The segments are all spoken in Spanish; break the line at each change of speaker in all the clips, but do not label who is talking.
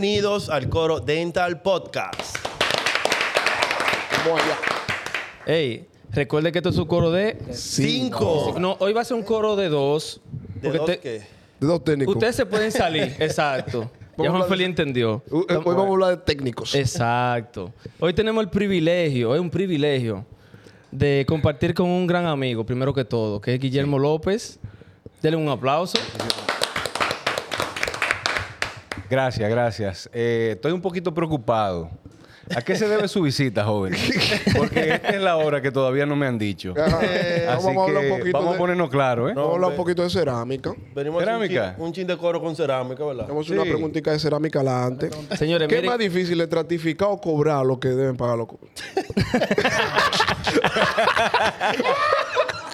Bienvenidos al Coro Dental Podcast.
Ey, recuerde que esto es un coro de.
Cinco.
No, hoy va a ser un coro de dos.
¿De
porque
dos
te-
qué?
De dos técnicos.
Ustedes se pueden salir, exacto. Ya Juan
hablar-
Feli entendió.
Uh, eh, Hoy vamos a hablar de técnicos.
Eh, Exacto. Hoy tenemos el privilegio, es un privilegio, de compartir con un gran amigo, primero que todo, que es Guillermo López. Denle un aplauso.
Gracias, gracias. Eh, estoy un poquito preocupado. ¿A qué se debe su visita, joven? Porque esta es la hora que todavía no me han dicho.
Ajá.
Así
vamos a hablar un
que
poquito.
Ah, eh, vamos
de,
a ponernos claro, ¿eh?
vamos a hablar un
Hombre.
poquito de cerámica.
Venimos a hacer un
Cerámica.
chin- un chin de coro con cerámica, ¿verdad?
Tenemos una
Sí.
preguntita de cerámica adelante.
Señores,
¿Qué
miren-
más difícil es tratificar o cobrar lo que deben pagar los co-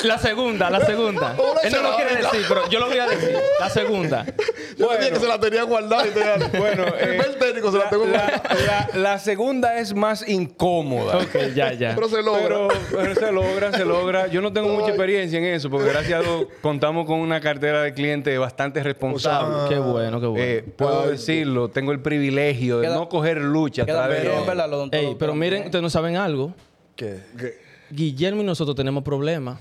La segunda, la segunda.
Ahora
Él
se
no
la
lo quiere decir, pero yo lo voy a decir. La segunda.
Yo tenía que se la tenía guardada. y tenía-
Bueno,
el
eh,
primer técnico se la tengo
La,
guardada.
la- la segunda es más incómoda.
Ok, ya, ya.
Pero se logra.
Pero, pero se logra, se logra. Yo no tengo mucha experiencia en eso, porque gracias a Dios contamos con una cartera de clientes bastante responsable.
Qué bueno, qué bueno.
Eh, puedo decirlo, tengo el privilegio de
Queda-
no coger lucha a
Queda
través
bien,
de...
¿verdad, los
Ey,
odontólogos?
pero miren, ustedes no saben algo.
¿Qué?
Guillermo y nosotros tenemos problemas.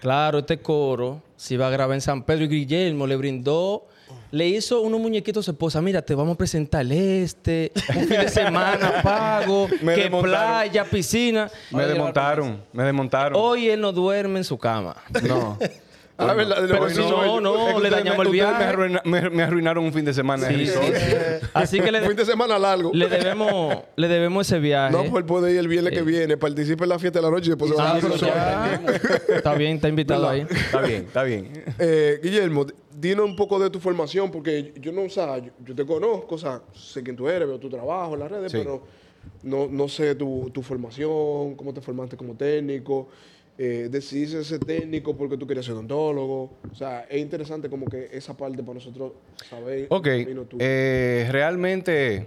Claro, este coro se iba a grabar en San Pedro y Guillermo le brindó, le hizo unos muñequitos a su esposa. Mira, te vamos a presentar el este, un fin de semana pago,
Me
que
desmontaron.
playa, piscina.
Me desmontaron, me desmontaron.
Hoy él no duerme en su cama.
No.
Ah, ¿verdad? Lo
Pero
que
si
hizo
no,
él.
no,
Es que
le
ustedes
dañamos
me-
el
ustedes
viaje.
Me, arruina- me- me arruinaron un fin de semana en
Sí, sí.
resort.
Así que
Fin
le,
de semana largo.
le Eh. debemos, le debemos ese viaje.
No, pues él puede ir el viernes que viene, participe en la fiesta de la noche y después se va
Ah,
a
pero ya. Está bien, está invitado ahí.
Está bien, está bien.
Eh, Guillermo, di- dinos un poco de tu formación, porque yo no, o sea, yo, yo te conozco, o sea, sé quién tú eres, veo tu trabajo en las redes,
Sí.
pero no, no sé tu, tu formación, cómo te formaste como técnico, eh, decidiste ser técnico porque tú querías ser odontólogo, o sea, es interesante como que esa parte para nosotros saber.
Ok,
el camino tuyo.
eh, realmente,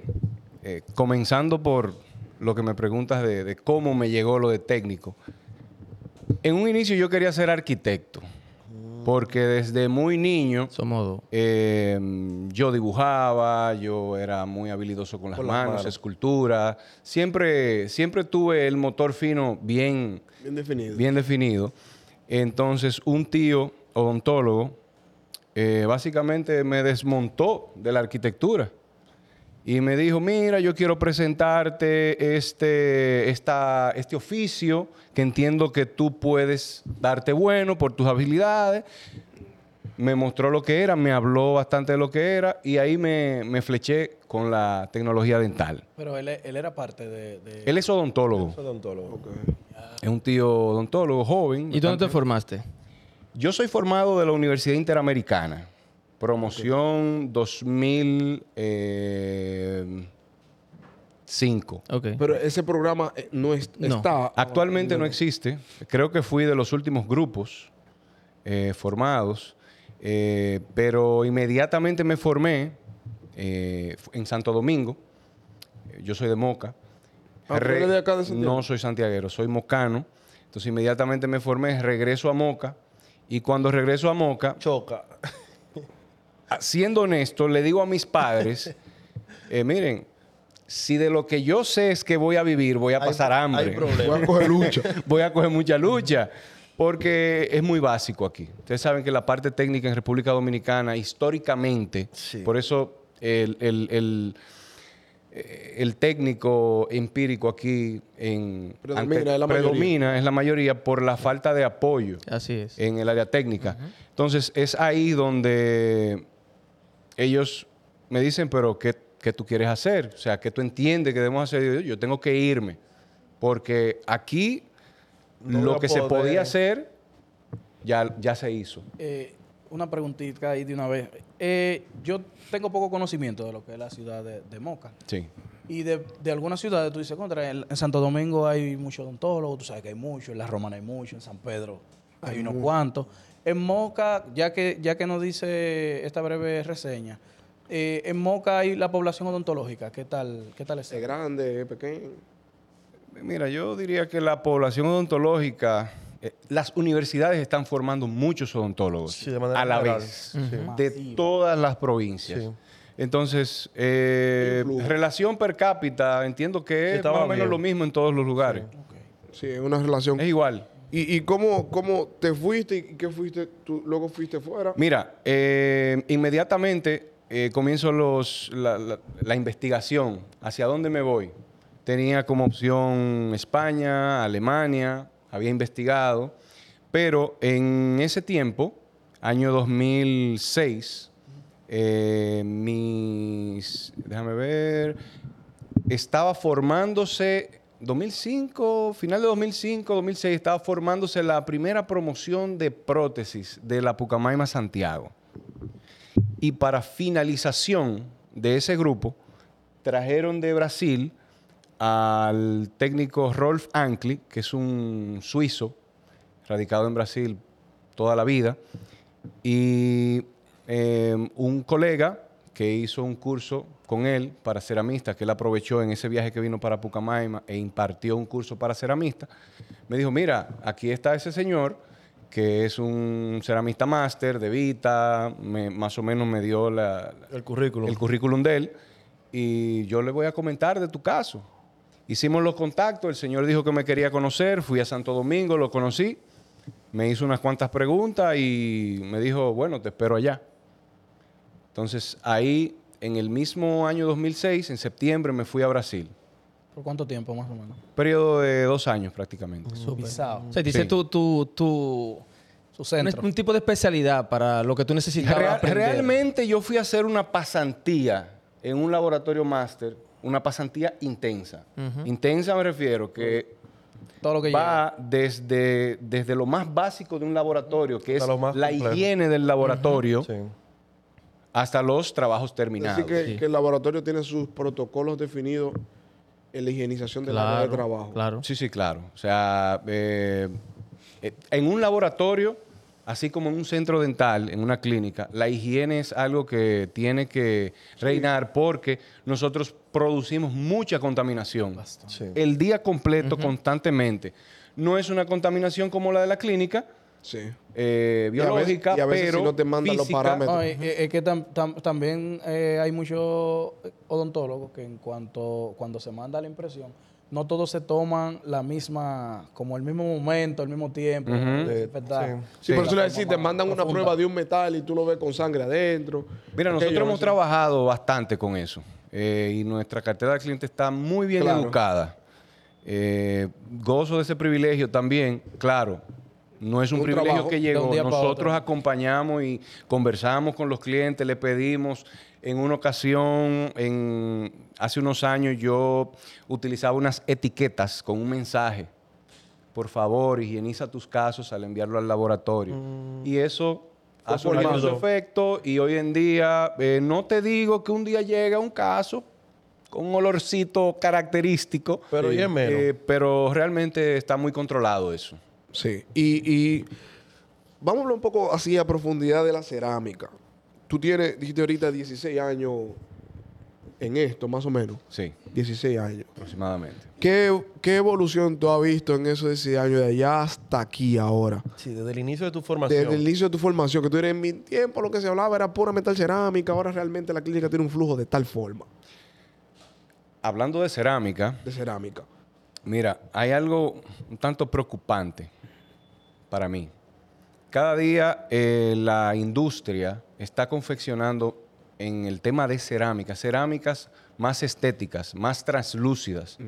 eh, comenzando por lo que me preguntas de, de cómo me llegó lo de técnico. En un inicio yo quería ser arquitecto,
Mm.
porque desde muy niño
Somos dos.
eh, yo dibujaba, yo era muy habilidoso con las, manos, escultura, siempre, siempre tuve el motor fino bien,
bien definido.
Bien definido. Entonces, un tío odontólogo eh, básicamente me desmontó de la arquitectura y me dijo, mira, yo quiero presentarte este, esta, este oficio que entiendo que tú puedes darte bueno por tus habilidades. Me mostró lo que era, me habló bastante de lo que era y ahí me, me fleché con la tecnología dental.
Pero él, él era parte de... de-
Él es odontólogo,
Odontólogo.
es un tío odontólogo joven.
¿Y dónde te formaste?
Yo soy formado de la Universidad Interamericana, promoción eh, 2005.
Ok.
Pero ese programa eh, no, es-
No.
está.
Actualmente no existe, creo que fui de los últimos grupos eh, formados, eh, pero inmediatamente me formé eh, fu- en Santo Domingo, Eh, yo soy de Moca.
Ah, ¿tú
Re-
eres de acá de Santiago?
No soy santiaguero, soy mocano, entonces inmediatamente me formé, regreso a Moca. Y cuando regreso a Moca,
Choca.
Ah, siendo honesto, le digo a mis padres, eh, miren, si de lo que yo sé es que voy a vivir, voy a
Hay-
pasar hambre,
Hay problemas.
Voy a coger lucha.
voy a coger mucha lucha, porque es muy básico aquí. Ustedes saben que la parte técnica en República Dominicana, históricamente,
Sí.
por eso el, el- el- eh, el técnico empírico aquí en,
Predomina, es la mayoría.
predomina, es la mayoría por la falta de apoyo
Así es.
en el área técnica. Entonces, es ahí donde ellos me dicen, pero ¿qué, qué tú quieres hacer? O sea, ¿qué tú entiendes que debemos hacer? Y Yo, yo tengo que irme, porque aquí
No voy
lo
a
que se
poder.
podía hacer ya, ya se hizo.
eh, una preguntita ahí de una vez. Eh, yo tengo poco conocimiento de lo que es la ciudad de, de Moca.
Sí.
Y de, de algunas ciudades tú dices, contra, en, en Santo Domingo hay muchos odontólogos, tú sabes que hay muchos, en La Romana hay muchos, en San Pedro hay, unos cuantos. En Moca, ya que, ya que nos dice esta breve reseña, eh, en Moca hay la población odontológica. ¿Qué tal, qué tal es?
Es grande, es pequeño.
Mira, yo diría que la población odontológica, eh, las universidades están formando muchos odontólogos
Sí, de manera
a la
general.
vez,
Sí.
de
Masivo.
todas las provincias.
Sí.
Entonces, eh,
El flujo.
relación per cápita, entiendo que es más
Estaba
o menos
bien.
lo mismo en todos los lugares.
Sí, es una relación.
Es igual.
¿Y, y cómo, cómo te fuiste y qué fuiste? ¿Tú luego fuiste fuera?
Mira, eh, inmediatamente eh, comienzo los, la, la- la investigación. ¿Hacia dónde me voy? Tenía como opción España, Alemania, había investigado, pero en ese tiempo, año 2006, eh, mis, déjame ver, estaba formándose, 2005, final de 2005, 2006, estaba formándose la primera promoción de prótesis de la Pucamaima Santiago. Y para finalización de ese grupo, trajeron de Brasil al técnico Rolf Ankli, que es un suizo, radicado en Brasil toda la vida, y eh, un colega que hizo un curso con él para ceramistas, que él aprovechó en ese viaje que vino para Pucamaima e impartió un curso para ceramistas, me dijo, mira, aquí está ese señor que es un ceramista máster de Vita, me- más o menos me dio la- la,
El currículum.
el currículum de él y yo le voy a comentar de tu caso. Hicimos los contactos, el señor dijo que me quería conocer, fui a Santo Domingo, lo conocí, me hizo unas cuantas preguntas y me dijo, bueno, te espero allá. Entonces ahí, en el mismo año 2006, en septiembre, me fui a Brasil.
¿Por cuánto tiempo más o menos?
Periodo de dos años prácticamente.
Pisado.
O sea, dice
Sí.
tu, tu, tu-
Su
un,
centro.
un tipo de especialidad para lo que tú necesitabas
Real-
aprender.
realmente yo fui a hacer una pasantía en un laboratorio máster, una pasantía intensa. Intensa me refiero que
Todo lo que
va desde, desde lo más básico de un laboratorio, que
Hasta
es
lo más
la
complejo.
higiene del laboratorio,
Sí.
hasta los trabajos
Es
terminados.
decir, que, que el laboratorio tiene sus protocolos definidos en la higienización del área de trabajo.
Claro.
Sí, sí, claro. O sea, eh, eh, en un laboratorio, así como en un centro dental, en una clínica, la higiene es algo que tiene que reinar porque nosotros producimos mucha contaminación.
Sí.
El día completo, constantemente. No es una contaminación como la de la clínica,
Sí.
eh,
Y a veces-
biológica,
y a veces
pero
si no te mandan los
física.
parámetros.
No, es, eh, es- es que tam- tam- también eh, hay muchos odontólogos que en cuanto cuando se manda la impresión, no todos se toman la misma, como el mismo momento, el mismo tiempo.
¿Mm?
es verdad.
Eh, Sí,
Sí.
por eso le
La
decía,
forma
te
más
mandan una
profunda.
prueba de un metal y tú lo ves con sangre adentro.
Mira, nosotros
Aquello,
hemos
eso.
trabajado bastante con eso eh, y nuestra cartera de clientes está muy bien
Claro.
educada. Eh, gozo de ese privilegio también, claro. No es un,
Un
privilegio
trabajo
que
de un
llegó.
día pa' otro.
Nosotros acompañamos y conversamos con los clientes, le pedimos. En una ocasión, en, hace unos años, yo utilizaba unas etiquetas con un mensaje por favor, higieniza tus casos al enviarlo al laboratorio. Y eso
Mm. Fue
ha surgido su
formando.
efecto y hoy en día eh, no te digo que un día llega un caso con un olorcito característico,
Pero y es menos.
eh, pero realmente está muy controlado eso.
Sí. Y, y vamos a hablar un poco así a profundidad de la cerámica. Tú tienes, dijiste ahorita, 16 años en esto, más o menos.
Sí,
16 años.
aproximadamente.
¿Qué, qué evolución tú has visto en esos 16 años de allá hasta aquí ahora?
Sí, desde el inicio de tu formación.
Desde el inicio de tu formación, que tú eres en mi tiempo, lo que se hablaba era pura metal cerámica, ahora realmente la clínica tiene un flujo de tal forma
Hablando de cerámica,
de cerámica.
Mira, hay algo un tanto preocupante para mí. Cada día eh, la industria está confeccionando en el tema de cerámicas, cerámicas más estéticas, más translúcidas,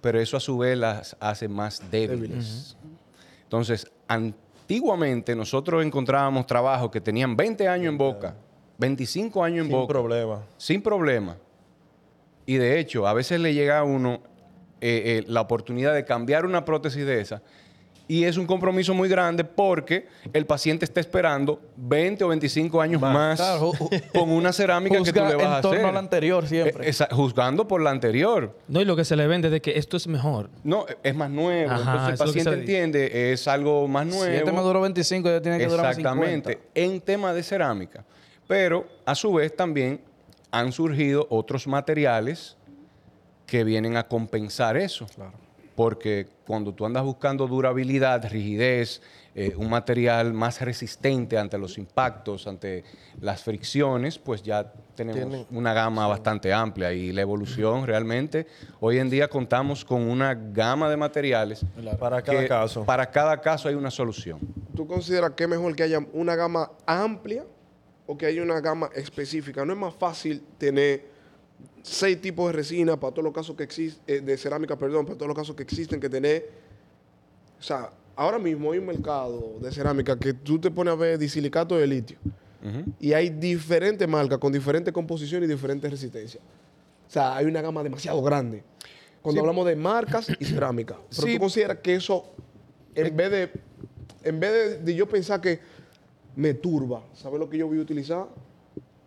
pero eso a su vez las hace más débiles. Entonces, antiguamente nosotros encontrábamos trabajos que tenían 20 años en boca, 25 años en
Sin
boca,
problema.
sin problema. Y de hecho, a veces le llega a uno eh, eh, la oportunidad de cambiar una prótesis de esa. Y es un compromiso muy grande porque el paciente está esperando 20 o 25 años más,
claro, ju-
con una cerámica que tú
Juzga
le vas a
en torno
hacer.
al anterior pues. siempre.
Eh, esa- juzgando por la anterior.
No, y lo que se le vende de que esto es mejor.
No, e, es más nuevo.
Ajá,
Entonces el
eso es lo que
paciente
se dice.
entiende, es algo más nuevo.
si este me duró 25, ya tiene que durar 50.
Exactamente, en tema de cerámica. Pero a su vez también han surgido otros materiales que vienen a compensar eso. porque cuando tú andas buscando durabilidad, rigidez, eh, un material más resistente ante los impactos, ante las fricciones, pues ya tenemos una gama bastante amplia y la evolución realmente, hoy en día contamos con una gama de materiales
Para cada
que
caso.
Para cada caso hay una solución.
¿Tú consideras que es mejor que haya una gama amplia o que haya una gama específica? ¿No es más fácil tener seis tipos de resina para todos los casos que existen, de cerámica, perdón, para todos los casos que existen, que tener... O sea, ahora mismo hay un mercado de cerámica que tú te pones a ver disilicato de litio y hay diferentes marcas con diferentes composiciones y diferentes resistencias. O sea, hay una gama demasiado grande. Cuando hablamos de marcas y cerámica. Pero
Sí.
tú consideras que eso, en
Eh.
vez de, en vez de, de yo pensar que me turba, ¿sabes lo que yo voy a utilizar?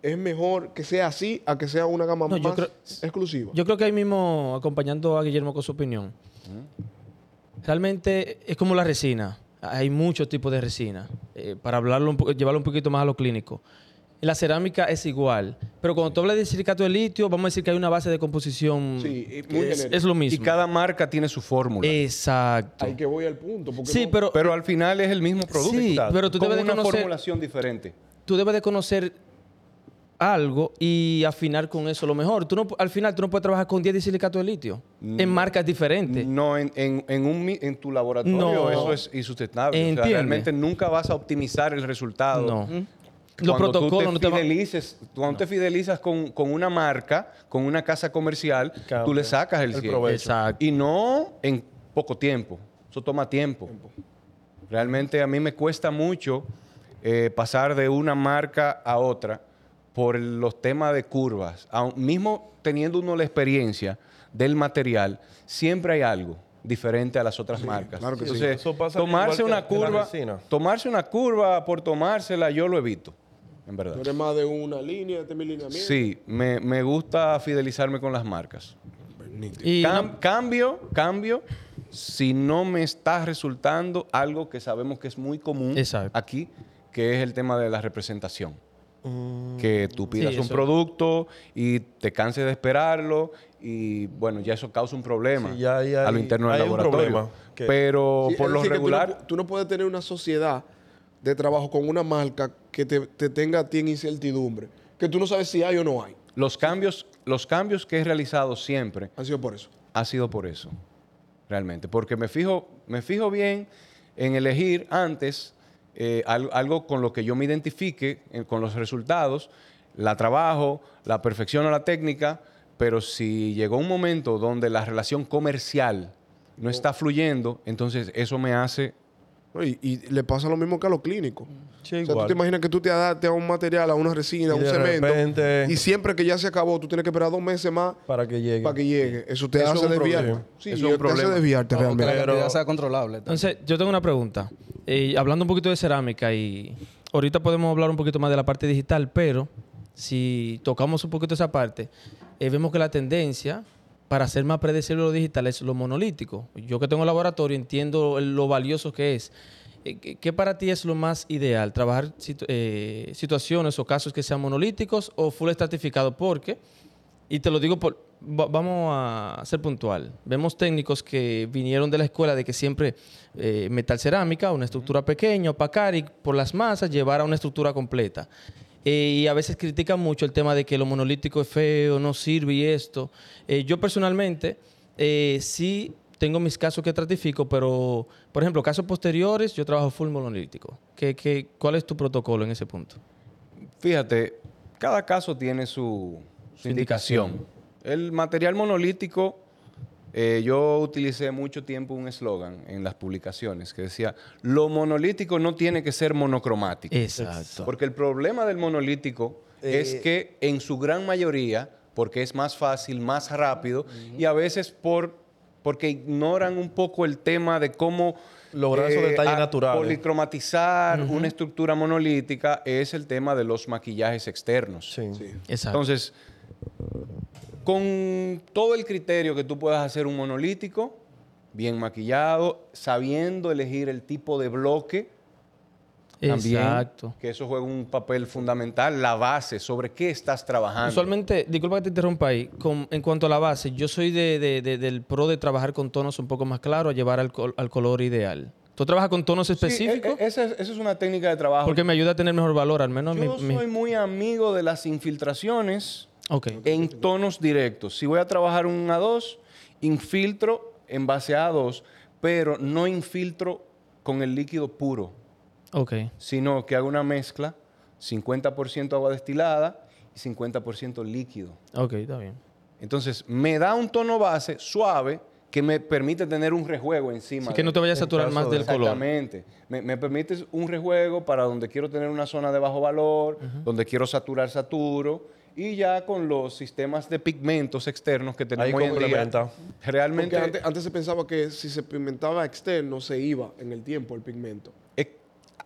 Es mejor que sea así a que sea una gama
No, yo
más
creo-
exclusiva.
Yo creo que ahí mismo, acompañando a Guillermo con su opinión, realmente es como la resina. Hay muchos tipos de resina. Eh, para hablarlo un po- llevarlo un poquito más a lo clínico. La cerámica es igual, pero cuando tú hablas de silicato de litio, vamos a decir que hay una base de composición.
Sí, y muy
que es,
genérico.
es lo
Y
mismo. Eh,
cada marca tiene su fórmula.
Exacto.
Hay que voy al punto. Porque
Sí,
no-
pero,
pero al final es el mismo producto.
Sí,
Exacto.
pero tú
con
debes de
una
conocer-
formulación diferente.
tú debes de conocer algo y afinar con eso lo mejor. Tú no, al final tú no puedes trabajar con 10 de silicato de litio
Mm.
en marcas diferentes.
No, en, en- en un, mi- en tu laboratorio
No.
eso es insustentable. O sea,
Entiende.
realmente nunca vas a optimizar el resultado.
No. Los
Mm. Cuando
protocolos
tú
no
te
te van-
fidelices, cuando te fidelizas con, con una marca, con una casa comercial,
Claro,
tú le
ok.
sacas el,
El
cielo.
provecho.
Exacto.
Y no en poco tiempo. Eso toma tiempo. Realmente a mí me cuesta mucho eh, pasar de una marca a otra por los temas de curvas. Aun- mismo teniendo uno la experiencia del material, siempre hay algo diferente a las otras marcas.
claro que sí.
Entonces,
Eso pasa al igual que
tomarse una
en la
curva,
resina.
tomarse una curva por tomársela, yo lo evito, en verdad.
Tú eres más de una línea, este es mi lineamiento.
Sí, me, me gusta fidelizarme con las marcas.
Y
Cam-
una-
Cambio, cambio, si no me está resultando algo que sabemos que es muy común
Exacto.
aquí, que es el tema de la representación.
Mm.
Que tú pidas
Sí,
un
eso.
producto y te canses de esperarlo y bueno, ya eso causa un problema
Sí, ya ahí
a lo
hay-
interno del
hay un
laboratorio.
problema que-
Pero
Sí,
por
es
lo
decir que tú no
regular...
pu- tú no, puedes tener una sociedad de trabajo con una marca que te, te tenga a ti en incertidumbre. Que tú no sabes si hay o no hay.
Los cambios, los cambios que he realizado siempre
Ha sido por eso.
ha sido por eso, realmente. Porque me fijo, me fijo bien en elegir antes eh, al- algo con lo que yo me identifique, eh, con los resultados, la trabajo, la perfecciono la técnica, pero si llegó un momento donde la relación comercial no está fluyendo, entonces eso me hace...
No, Y, y le pasa lo mismo que a los clínicos.
Sí,
O sea, tú
igual.
te imaginas que tú te adaptes a un material, a una resina, a
Y
un
de
cemento.
repente-
Y siempre que ya se acabó, tú tienes que esperar dos meses más
Para que llegue.
para que llegue. Eso te
Eso es
hace
un
desviarte.
problema. Ah,
Sí,
Eso es
yo-
un
te hace
problemo.
desviarte
Ojo, que
realmente.
la
Pero-
cantidad sea controlable.
Entonces, yo tengo una pregunta. Eh, hablando un poquito de cerámica y ahorita podemos hablar un poquito más de la parte digital, pero si tocamos un poquito esa parte, eh, vemos que la tendencia para ser más predecible lo digital es lo monolítico. Yo que tengo laboratorio entiendo el- lo valioso que es. Eh, ¿Qué qué para ti es lo más ideal? ¿Trabajar situ- eh, situaciones o casos que sean monolíticos o full estratificado? Porque y te lo digo por... va- vamos a ser puntual. Vemos técnicos que vinieron de la escuela de que siempre eh, metal cerámica, una estructura pequeña, opacar y por las masas llevar a una estructura completa. Eh, y a veces critican mucho el tema de que lo monolítico es feo, no sirve y esto. Eh, yo personalmente eh, sí tengo mis casos que tratifico, pero por ejemplo, casos posteriores yo trabajo full monolítico. ¿Qué, qué, cuál es tu protocolo en ese punto?
Fíjate, cada caso tiene su, su indicación. El material monolítico, eh, yo utilicé mucho tiempo un eslogan en las publicaciones que decía, lo monolítico no tiene que ser monocromático.
Exacto.
Porque el problema del monolítico
Eh,
es que en su gran mayoría, porque es más fácil, más rápido, y a veces por, porque ignoran un poco el tema de cómo eh,
Lograr esos detalles
a-
naturales.
Policromatizar una estructura monolítica es el tema de los maquillajes externos.
Sí.
Exacto.
Entonces, con todo el criterio que tú puedas hacer un monolítico, bien maquillado, sabiendo elegir el tipo de bloque, también.
Exacto.
Que eso juega un papel fundamental, la base, sobre qué estás trabajando.
Usualmente, disculpa que te interrumpa ahí, con- en cuanto a la base, yo soy de- de- de- del pro de trabajar con tonos un poco más claros, a llevar al, col- al color ideal. ¿Tú trabajas con tonos
Sí,
específicos?
e- e- esa, es, esa es una técnica de trabajo.
porque me ayuda a tener mejor valor, al menos mi,
Yo
mi-
soy muy amigo de las infiltraciones
Ok.
en tonos directos. Si voy a trabajar un A2, infiltro en base a A2, pero no infiltro con el líquido puro,
Ok.
sino que hago una mezcla, 50% agua destilada y 50% líquido.
Ok, está bien.
Entonces, me da un tono base suave que me permite tener un rejuego encima.
Así que
de-
no te vayas a saturar más del color.
Exactamente. Me, me permite un rejuego para donde quiero tener una zona de bajo valor, donde quiero saturar, saturo. Y ya con los sistemas de pigmentos externos que tenemos
Ahí
hoy en día,
complementa.
realmente
Porque antes, antes se pensaba que si se pimentaba externo, se iba en el tiempo el pigmento.
eh,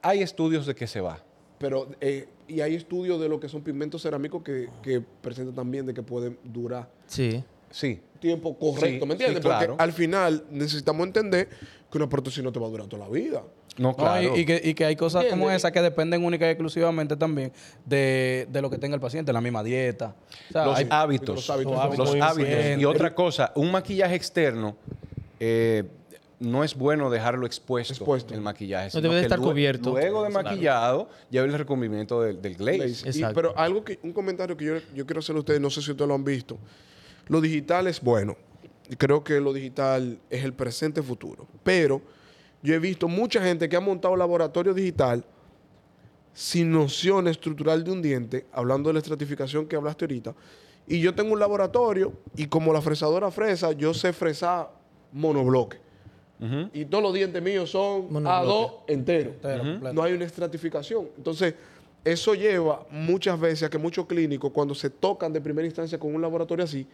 hay estudios de que se va.
Pero, eh, y hay estudios de lo que son pigmentos cerámicos que, que presentan también de que pueden durar
Sí.
Sí.
tiempo correcto,
Sí,
¿me entiendes?
sí, claro.
Porque al final necesitamos entender que una prótesis no te va a durar toda la vida.
No,
No,
claro.
y, y que, y que hay cosas como
¿Entiendes?
esa que dependen única y exclusivamente también de, de lo que tenga el paciente, la misma dieta. O sea,
los
hay-
hábitos.
los hábitos
son
Los
muy
hábitos.
influyentes.
Y otra cosa, un maquillaje externo eh, no es bueno dejarlo expuesto,
Expuesto.
el maquillaje.
No debe
sino
estar
que lue-
cubierto.
Luego de
Claro.
maquillado, ya el recubrimiento del, del glaze.
Blaze. Y-
Exacto.
pero algo que, un comentario que yo, yo quiero hacerle a ustedes, no sé si ustedes lo han visto. Lo digital es bueno. Creo que lo digital es el presente futuro. Pero yo he visto mucha gente que ha montado laboratorio digital sin noción estructural de un diente, hablando de la estratificación que hablaste ahorita. Y yo tengo un laboratorio y como la fresadora fresa, yo sé fresar monobloque. Y todos los dientes míos son A2
Monobloque.
enteros.
Entero, Ujú. completo.
No hay una estratificación. Entonces, eso lleva muchas veces a que muchos clínicos, cuando se tocan de primera instancia con un laboratorio así,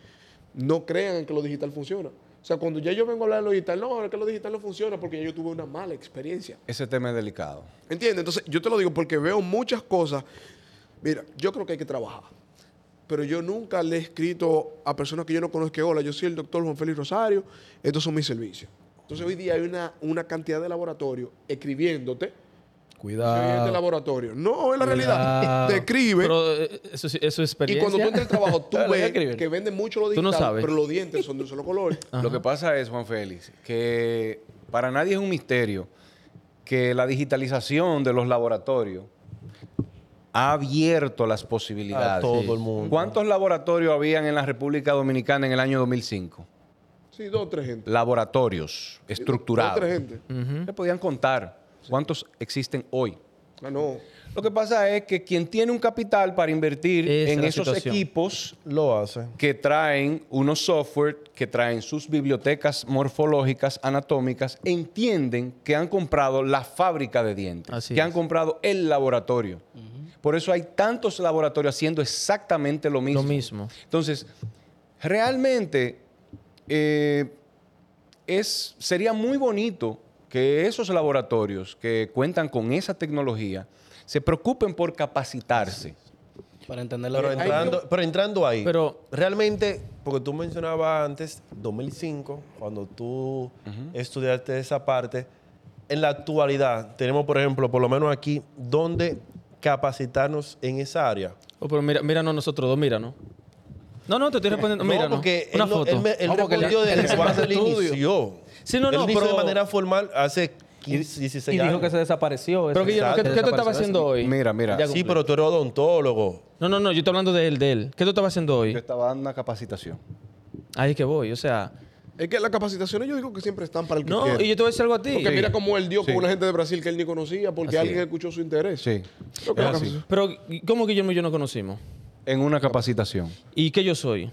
no crean en que lo digital funciona. O sea, cuando ya yo vengo a hablar de lo digital, no, es que lo digital no funciona porque ya yo tuve una mala experiencia.
Ese tema es delicado.
¿Entiendes? Entonces, yo te lo digo porque veo muchas cosas. Mira, yo creo que hay que trabajar. Pero yo nunca le he escrito a personas que yo no conozco, que, hola, yo soy el doctor Juan Félix Rosario, estos son mis servicios. Entonces, hoy día hay una, una cantidad de laboratorios escribiéndote. "Soy de este
Cuidado.
laboratorio. No, es la
Ah,
realidad. Te escribe.
Pero eh, eso, sí- eso es
y
experiencia.
cuando tú entras al trabajo, tú
Claro,
ves
escriben.
que venden mucho los
Tú no
digital,
sabes.
pero los dientes son de un solo color.
Lo que pasa es, Juan Félix, que para nadie es un misterio que la digitalización de los laboratorios ha abierto las posibilidades.
A todo el mundo.
¿Cuántos laboratorios habían en la República Dominicana en el año 2005?
Sí, dos o tres gente.
laboratorios
Dos o tres
estructurados.
gente.
Mm.
Le podían contar cuántos existen hoy.
Ah, no.
Lo que pasa es que quien tiene un capital para invertir
Esa es
en
la
esos
situación.
equipos
Lo hace.
que traen unos software, que traen sus bibliotecas morfológicas, anatómicas, entienden que han comprado la fábrica de dientes,
Así
que
es.
han comprado el laboratorio. Por eso hay tantos laboratorios haciendo exactamente lo mismo.
Lo mismo.
Entonces, realmente eh, es, sería muy bonito que esos laboratorios que cuentan con esa tecnología se preocupen por capacitarse.
Para entender la
Pero
realidad.
entrando, pero entrando ahí,
Eh, Pero-
realmente, porque tú mencionabas antes 2005, cuando tú estudiaste esa parte, en la actualidad tenemos, por ejemplo, por lo menos aquí, donde capacitarnos en esa área.
Oh, pero mira, mira, no, nosotros dos, mira, ¿no? No, no, te estoy respondiendo. mira, no.
porque
Una
él, no-
foto.
él me- él
No, porque
respondió
él- él
desde
hizo
cuando
más
él
estudio.
inició.
Sí, no,
Él
no,
inició
pero-
de manera formal hace
Y,
15, 16
y
años.
dijo que se desapareció.
Pero, Guillermo, ¿qué,
Exacto.
qué tú estabas haciendo hoy?
Mira, mira.
Ya
Sí,
cumplí.
pero tú eres odontólogo.
No, no, no, yo estoy hablando de él, de él. ¿Qué tú estabas haciendo
Yo
hoy?
estaba dando una capacitación.
Ahí es que voy, o sea...
Es que las capacitaciones yo digo que siempre están para el que
No,
quiere.
y yo te voy a decir algo a ti.
Porque mira cómo él dio
Sí.
con una gente de Brasil que él ni conocía porque
Así
alguien
es.
escuchó su interés.
Sí,
Yo creo
es
que
así.
eso-
Pero, ¿cómo Guillermo y yo no conocimos?
en una capacitación.
¿Y qué yo soy?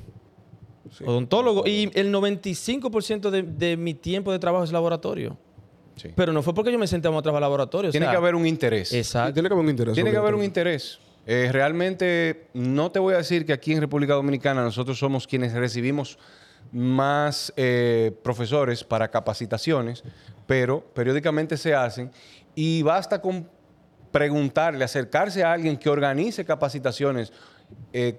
Odontólogo. Y el 95% de, de mi tiempo de trabajo es laboratorio.
Sí.
Pero no fue porque yo me senté a trabajar laboratorio. o
Tiene
sea,
que haber un interés.
Sí,
Exacto.
tiene que haber un interés.
Tiene que haber un
obviamente.
interés. Eh, realmente no te voy a decir que aquí en República Dominicana nosotros somos quienes recibimos más eh, profesores para capacitaciones, pero periódicamente se hacen y basta con preguntarle, acercarse a alguien que organice capacitaciones. eh,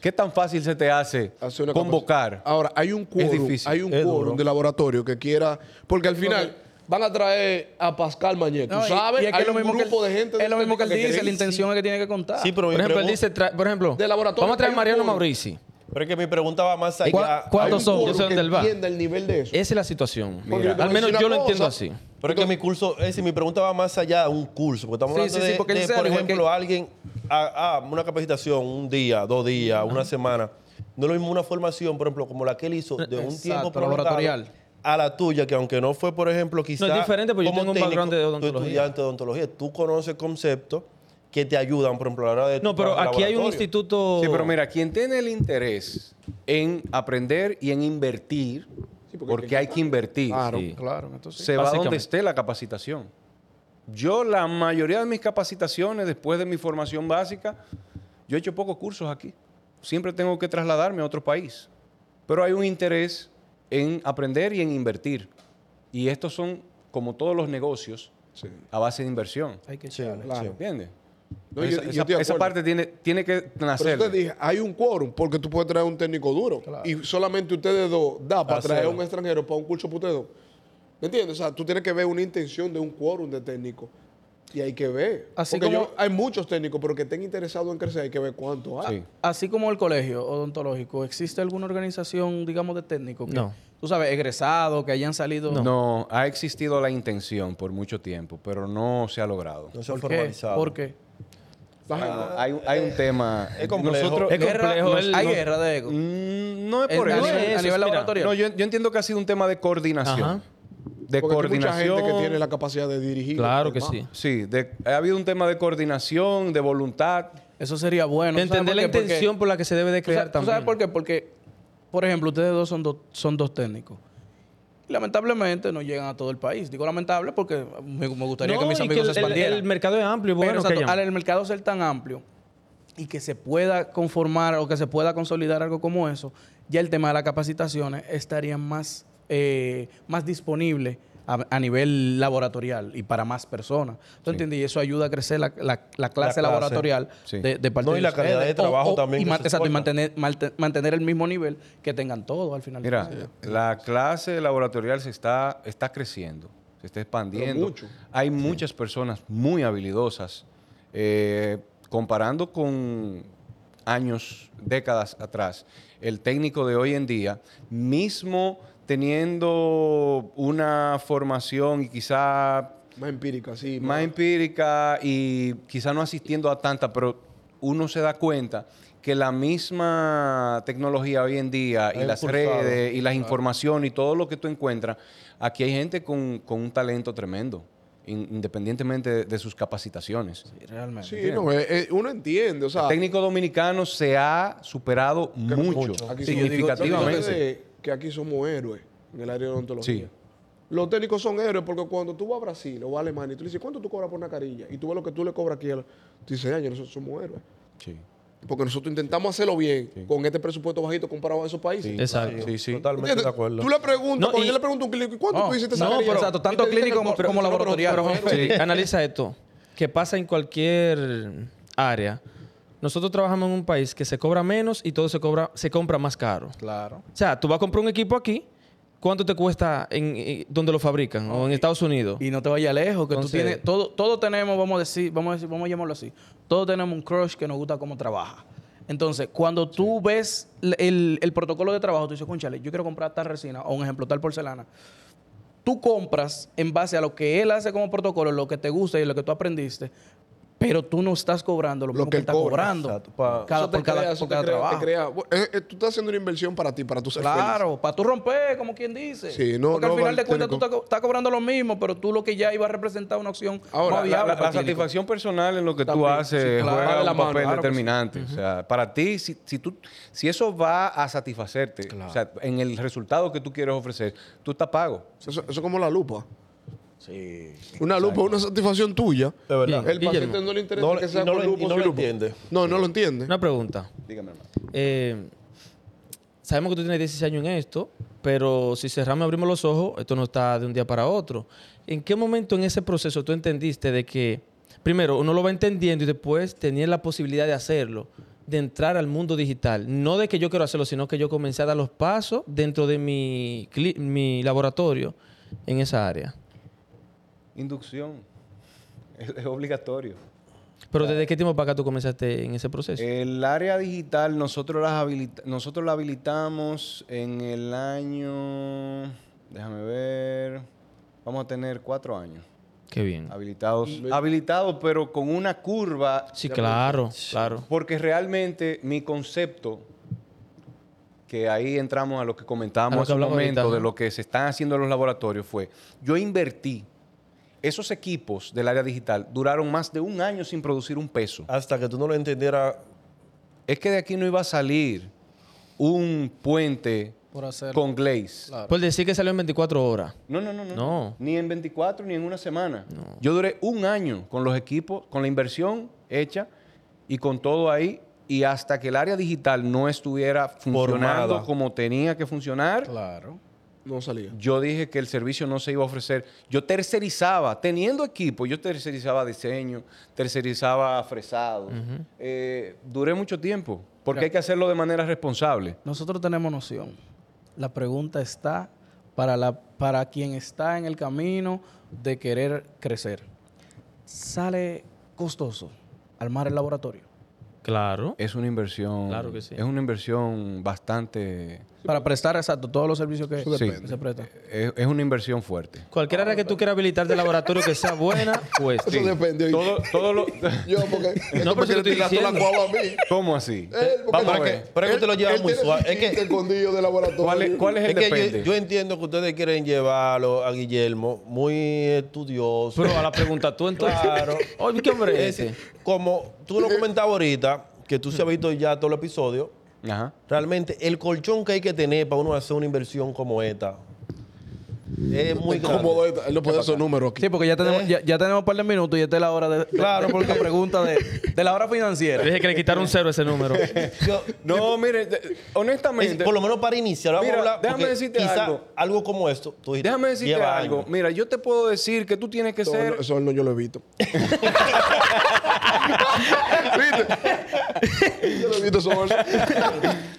¿Qué tan fácil se te hace
Hacer una Ah,
convocar?
capacitación. Ahora, hay un quórum,
difícil,
hay un
es
quórum
duro.
de laboratorio que quiera. Porque al final, van a traer a Pascal Mañez. Tú
No, y-
sabes,
y es que
hay
es lo
un
mismo que él-
grupo de gente.
Es lo mismo que él
técnica
dice, la
creen.
intención es que tiene que contar.
Sí, pero
Por
mi
ejemplo, él
pregunta-
dice, tra- por ejemplo,
De laboratorio
vamos a traer
hay
a
un
Mariano
culo.
Maurici.
Pero es que mi pregunta va más
¿Y cua-
allá.
Hay
cuántos
un
son? Yo
coro
sé
que
dónde él va.
entienda el nivel de
Eh,
eso.
Esa es la situación.
Porque yo te voy
Al
a
menos
decir
yo lo
una
entiendo
cosa.
así.
Pero es que mi curso, es decir, mi pregunta va más allá de un curso, porque estamos
Sí,
hablando
sí, sí,
de-
porque él
de,
se da
por
igual que-
ejemplo, alguien, a, a una capacitación, un día, dos días, una semana. No es lo mismo una formación, por ejemplo, como la que él hizo de un
Exacto,
tiempo
laboratorial.
a la tuya, que aunque no fue, por ejemplo, quizás.
diferente, porque yo tengo un background de odontología.
Tú estudiante de odontología, tú conoces conceptos que te ayudan, por ejemplo, a la hora de.
No,
tu
pero aquí hay un
laboratorio.
instituto.
Sí,
oh.
pero mira, quien tiene el interés en aprender y en invertir,
Sí, porque-
porque, hay que invertir,
Claro,
sí,
claro. Entonces,
se va
Básicamente.
donde esté la capacitación. Yo la mayoría de mis capacitaciones, después de mi formación básica, yo he hecho pocos cursos aquí. Siempre tengo que trasladarme a otro país. Pero hay un interés en aprender y en invertir. Y estos son, como todos los negocios,
sí.
a base de inversión.
Hay que
Sí,
echarle.
sí.
¿Entiendes?
No, yo-
esa,
yo
esa-
estoy de
esa
acuerdo.
parte tiene, tiene que
Por
nacer.
eso te dije, hay un quórum, porque tú puedes traer un técnico duro. Y solamente ustedes dos da para traer a un
Hacerlo.
extranjero para un curso para ustedes dos. ¿Me entiendes? O sea, tú tienes que ver una intención de un quórum de técnico. Y hay que ver.
Así
porque
como-
yo- hay muchos técnicos, pero que estén interesados en crecer, hay que ver cuántos hay.
Sí.
Así como el colegio odontológico, ¿existe alguna organización, digamos, de técnicos? que-
No.
Tú sabes, egresados, que hayan salido.
No. ha existido la intención por mucho tiempo, pero no se ha logrado.
No se ha
¿Por qué?
formalizado.
¿Por qué?
La gente-
Ah, hay, un- hay un tema.
es complejo.
Nosotros,
Es
Guerra-
complejo,
no-
él
hay
no-
guerra de ego.
Mm, no es
En-
por
a
eso.
nivel- a
es-
nivel
mira,
laboratorio.
No, yo, yo entiendo que ha sido un tema de coordinación.
Ajá.
De
porque hay mucha
coordinación.
gente que tiene la capacidad de dirigir.
Claro que
demás.
sí.
Sí, de- ha habido un tema de coordinación, de voluntad.
Eso sería bueno.
De
¿Tú sabes
entender la
por qué? Porque-
intención por la que se debe de
¿Tú
crear
sabes- ¿Tú
también.
sabes por qué? Porque, por ejemplo, ustedes dos son, dos son dos técnicos. Y lamentablemente no llegan a todo el país. Digo lamentable porque me, me gustaría que
No,
mis
y
amigos se
el- el,
expandieran.
el mercado es amplio, y
Pero
bueno, que
exacto,
hayan.
al el mercado ser tan amplio y que se pueda conformar o que se pueda consolidar algo como eso, ya el tema de las capacitaciones estaría más, eh, más disponible a, a nivel laboratorial y para más personas. ¿Tú entiendes? Y eso ayuda a crecer la, la- la clase
clase,
laboratorial
sí.
de, de parte
No, y
de
la calidad
ustedes.
de trabajo también
Y,
que
ma-
se
exacto, y
exporta.
mantener, malte- mantener el mismo nivel que tengan todos al final. del
Mira,
día.
la clase laboratorial se está, está creciendo, se está expandiendo.
mucho.
Hay muchas personas muy habilidosas. Eh, comparando con años, décadas atrás, el técnico de hoy en día, mismo teniendo una formación y quizá
Más empírica, sí.
más empírica y quizá no asistiendo a tanta, pero uno se da cuenta que la misma tecnología hoy en día y
Ha
las
impulsado,
redes y las informaciones y todo lo que tú encuentras, aquí hay gente con, con un talento tremendo, in- independientemente de, de sus capacitaciones.
Sí, realmente.
Sí, no, eh, eh, uno entiende. O sea,
El técnico dominicano se ha superado mucho,
Aquí somos-
significativamente.
yo digo desde que aquí somos héroes en el área de odontología.
Sí.
Los técnicos son héroes porque cuando tú vas a Brasil o vas a Alemania y tú le dices, ¿cuánto tú cobras por una carilla? Y tú ves lo que tú le cobras aquí, al- tú dices, años nosotros somos héroes.
Sí.
Porque nosotros intentamos hacerlo bien con este presupuesto bajito comparado a esos países.
Sí.
Exacto.
Sí, sí.
Totalmente de
¿Entiendes?
acuerdo.
Tú le preguntas,
No,
cuando
y-
yo le pregunto a un clínico, ¿cuánto
No,
tú hiciste esa
no,
carilla?
pero exacto,
Y
tanto
te dicen
clínico
que no,
como-
pero
como
tú no, pero-
laboratorial.
pero-
Pero-
Sí, analiza esto, que pasa en cualquier área. Nosotros trabajamos en un país que se cobra menos y todo se cobra, se compra más caro.
Claro.
O sea, tú vas a comprar un equipo aquí, ¿cuánto te cuesta en, en- donde lo fabrican? o en Estados Unidos.
Y no te vayas lejos, que tú
Entonces-
tienes, todo, todos tenemos, vamos a decir, vamos a decir, vamos a llamarlo así, todos tenemos un crush que nos gusta cómo trabaja. Entonces, cuando tú ves l- el, el protocolo de trabajo, tú dices, conchale, yo quiero comprar tal resina, o un ejemplo, tal porcelana. Tú compras en base a lo que él hace como protocolo, lo que te gusta y lo que tú aprendiste, pero tú no estás cobrando lo,
Lo
mismo que,
que
él está
cobra,
cobrando
exacto, pa-
cada,
Eso te
por cada,
crea, eso
por
te
cada
crea- te
trabajo.
crea- bueno, eh, eh, tú estás haciendo una inversión para ti, para tus
Claro, para tú romper, como quien dice.
Sí, no,
Porque
no
al final
vale
de cuentas tú
tener
estás co- estás cobrando lo mismo, pero tú lo que ya iba a representar una opción
Ahora,
más
La-
viable
la,
para
la
el clínico.
satisfacción personal en lo que tú
También,
haces
sí, claro. Va
juega
de
un
la mano,
papel
claro que sí.
determinante. O sea, para ti, si, si tú, si eso va a satisfacerte, o sea, en el resultado que tú quieres ofrecer, tú estás pago.
Eso, eso es como la lupa. Sí. Una lupa es una satisfacción tuya.
De verdad.
El
Guillermo,
paciente no le interesa
no-
que sea
y no
con
lo-
lupa
y
o
no
sin
lo
lupa.
entiende.
No, no lo entiende.
Una pregunta.
Dígame, hermano.
Eh, sabemos que tú tienes 16 años en esto, pero si cerramos y abrimos los ojos, esto no está de un día para otro. ¿En qué momento en ese proceso tú entendiste de que, primero, uno lo va entendiendo y después tenías la posibilidad de hacerlo, de entrar al mundo digital? No de que yo quiero hacerlo, sino que yo comencé a dar los pasos dentro de mi, cli- mi laboratorio en esa área.
Inducción. Es, es obligatorio.
Pero ¿desde qué tiempo para acá tú comenzaste en ese proceso?
El área digital nosotros, las habilita- nosotros la habilitamos en el año... Déjame ver. Vamos a tener cuatro años.
qué bien.
Habilitados. Habilitados, pero con una curva.
Sí, claro, claro.
Porque realmente mi concepto, que ahí entramos a lo que
A
comentábamos
lo que
hace un
hablamos
momento,
ahorita,
de
¿no?
lo que se están haciendo en los laboratorios, fue: yo invertí. Esos equipos del área digital duraron más de un año sin producir un peso.
Hasta que tú no lo entendieras
Es que de aquí no iba a salir un puente
Por hacer.
con glaze.
Claro.
Por decir que salió en 24 horas.
No, no, no, no.
No.
Ni en 24 ni en una semana. Yo duré un año con los equipos, con la inversión hecha y con todo ahí. Y hasta que el área digital no estuviera funcionando
Formada.
como tenía que funcionar,
Claro.
No salía.
yo dije que el servicio no se iba a ofrecer. Yo tercerizaba, teniendo equipo, yo tercerizaba diseño, tercerizaba fresado. Eh, duré mucho tiempo, porque hay que hacerlo de manera responsable.
Nosotros tenemos noción. La pregunta está para, la, para quien está en el camino de querer crecer. ¿Sale costoso armar el laboratorio?
Claro.
Es una inversión.
Claro que sí.
Es una inversión bastante.
Para prestar, exacto, todos los servicios que,
Sí.
que se prestan.
Es, es una inversión fuerte.
Cualquier área que tú quieras habilitar de laboratorio que sea buena, pues.
Eso depende. oye.
Todo, todo lo.
Yo, porque.
No, pero si
porque
te estoy
tiraste la
diciendo.
guava a mí.
¿Cómo así?
Él, porque
Vamos a
no,
ver.
Pero es que usted lo lleva
él
muy
tiene
suave.
su
Es que-
chiste escondido de laboratorio.
¿Cuál es, cuál es el
Es que
depende?
yo, yo entiendo que ustedes quieren llevarlo a Guillermo muy estudioso.
Pero a la pregunta tú entonces.
Claro.
Oye, ¿qué hombre es
Es
ese?
decir, como tú lo comentabas ahorita, que tú se has visto ya todo el episodio,
Ajá.
realmente el colchón que hay que tener para uno hacer una inversión como esta es muy
cómodo.
grande.
Él no puede hacer números aquí.
Sí, porque ya tenemos, ya, ya tenemos un par de minutos y esta es la hora de,
Claro, porque-
la pregunta de, de la hora financiera.
Dije que le quitaron cero a ese número.
Yo-
No, mire, de-
es-
honestamente.
por lo menos para iniciar, vamos
Mira,
a hablar,
déjame
porque
decirte
quizá
algo.
como esto. tú dijiste,
Déjame decirte
lleva
algo.
años.
Mira, yo te puedo decir que tú tienes que
Eso,
ser.
no- eso no, yo lo evito. ¿Viste? Yo lo evito, eso.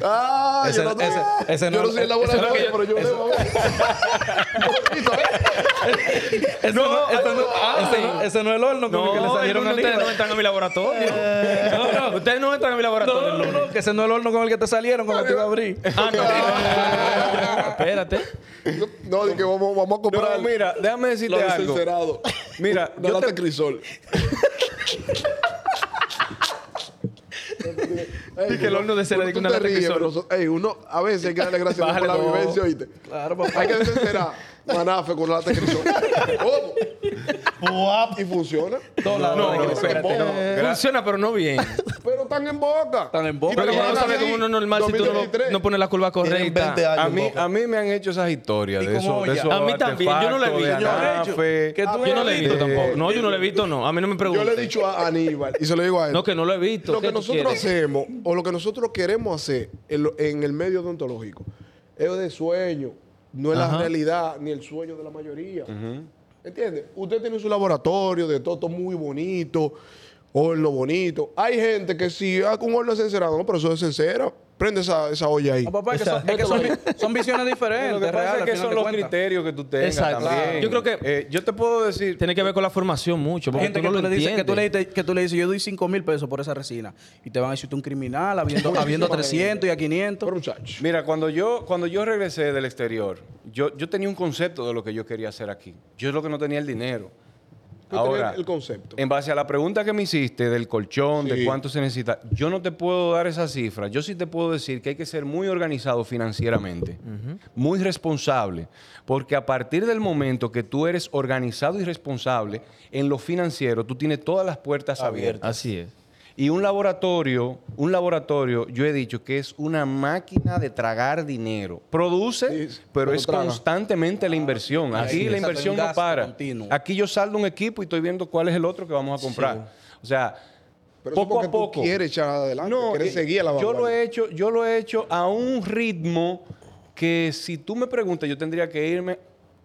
Ah,
Ese-
yo no,
ese- ese
yo
no-
no soy el laboratorio, pero yo le voy a
Ese no, ese no- ese no- ese no es el horno con el que le salieron
no,
a
ustedes no
Nicolás.
entran a mi laboratorio. No, no, ustedes no entran a mi laboratorio.
No, no, no, que ese no es el horno con el que te salieron cuando te iba a abrir.
Ah, no. Espérate.
No, de que vamos, vamos a comprar.
No, mira, déjame decirte
lo
algo.
desincerado.
Mira,
Una
yo
lata
te-
de crisol.
Y que el horno de cera
Pero
de
tú
una
te
lata de
ríes,
crisol.
pero so- ey, uno a veces hay que darle gracias a Dios por la
Bájale dos.
vivencia, ¿oíste?
Claro, papá.
Hay que desencerar Manafe con una lata de crisol. ¿Cómo?
Guap.
Y funciona.
Dólar,
No,
dólar,
no,
que se
espérate.
ponga.
no. Funciona, pero no bien.
Pero están en boca.
Están en boca.
Pero
Pero
¿cómo no
ahora
sabes
sí,
como uno normal si tú no,
2023.
no pones la curva
Tienen
correcta?
20 años.
A mí,
Coco.
a mí me han hecho esas historias
¿Y
de
cómo
eso. De
ya?
esos
A mí también, yo no la he
artefactos de
visto. Yo no
la he hecho.
Anafe.
Que tú
Yo
Yo no lo he visto
Eh,
tampoco. No, yo no lo he visto, no. A mí no me
Yo le he
preguntan.
dicho a Aníbal, y se lo digo a él.
No, que no lo he visto.
lo
¿Qué
que
tú
nosotros
quieres?
hacemos o lo que nosotros queremos hacer en, lo- en el medio odontológico es de sueño, no es
Ajá.
la realidad ni el sueño de la mayoría. ¿Entiendes? Usted tiene su laboratorio de todo, todo muy bonito, horno bonito. Hay gente que si ah, un horno es encerado, no, pero eso es sincero. Prende esa, esa olla ahí.
No, Ah, papá, es que son, es que son, son visiones diferentes.
Lo que pasa
real,
es
al
que
final
son
de
los
cuentas.
criterios que tú tengas
Exacto.
también.
Yo creo que-
Eh, yo te puedo decir...
Tiene que ver con la formación mucho.
Hay
Porque
gente
tú
que,
no
tú
lo
le dices, que, tú le,
entiendes.
dices- que tú le dices, yo doy 5 mil pesos por esa resina. Y te van a decir tú un criminal, habiendo,
Muchísima
habiendo a
gente.
300 y a 500.
Pero muchacho.
Mira, cuando yo, cuando yo regresé del exterior, yo, yo tenía un concepto de lo que yo quería hacer aquí. Yo lo que no tenía el dinero.
Tú
Ahora,
tenías el concepto.
en base a la pregunta que me hiciste del colchón, de
Sí.
cuánto se necesita, yo no te puedo dar esa cifra. Yo sí te puedo decir que hay que ser muy organizado financieramente, muy responsable, porque a partir del momento que tú eres organizado y responsable en lo financiero, tú tienes todas las puertas abiertas.
Abiertas.
Así es.
Y un laboratorio, un laboratorio, yo he dicho que es una máquina de tragar dinero. Produce,
Sí,
pero
pero
es
traga.
constantemente la inversión.
así
Aquí
es.
la inversión
Exacto, hay un
no
gasto
para.
continuo.
Aquí yo saldo un equipo y estoy viendo cuál es el otro que vamos a comprar. O sea,
Pero eso
poco
porque
a poco.
Tú quieres echar adelante,
No,
quieres
eh,
seguir a la
yo lo
vanguardia.
he hecho, yo lo he hecho a un ritmo que si tú me preguntas, yo tendría que irme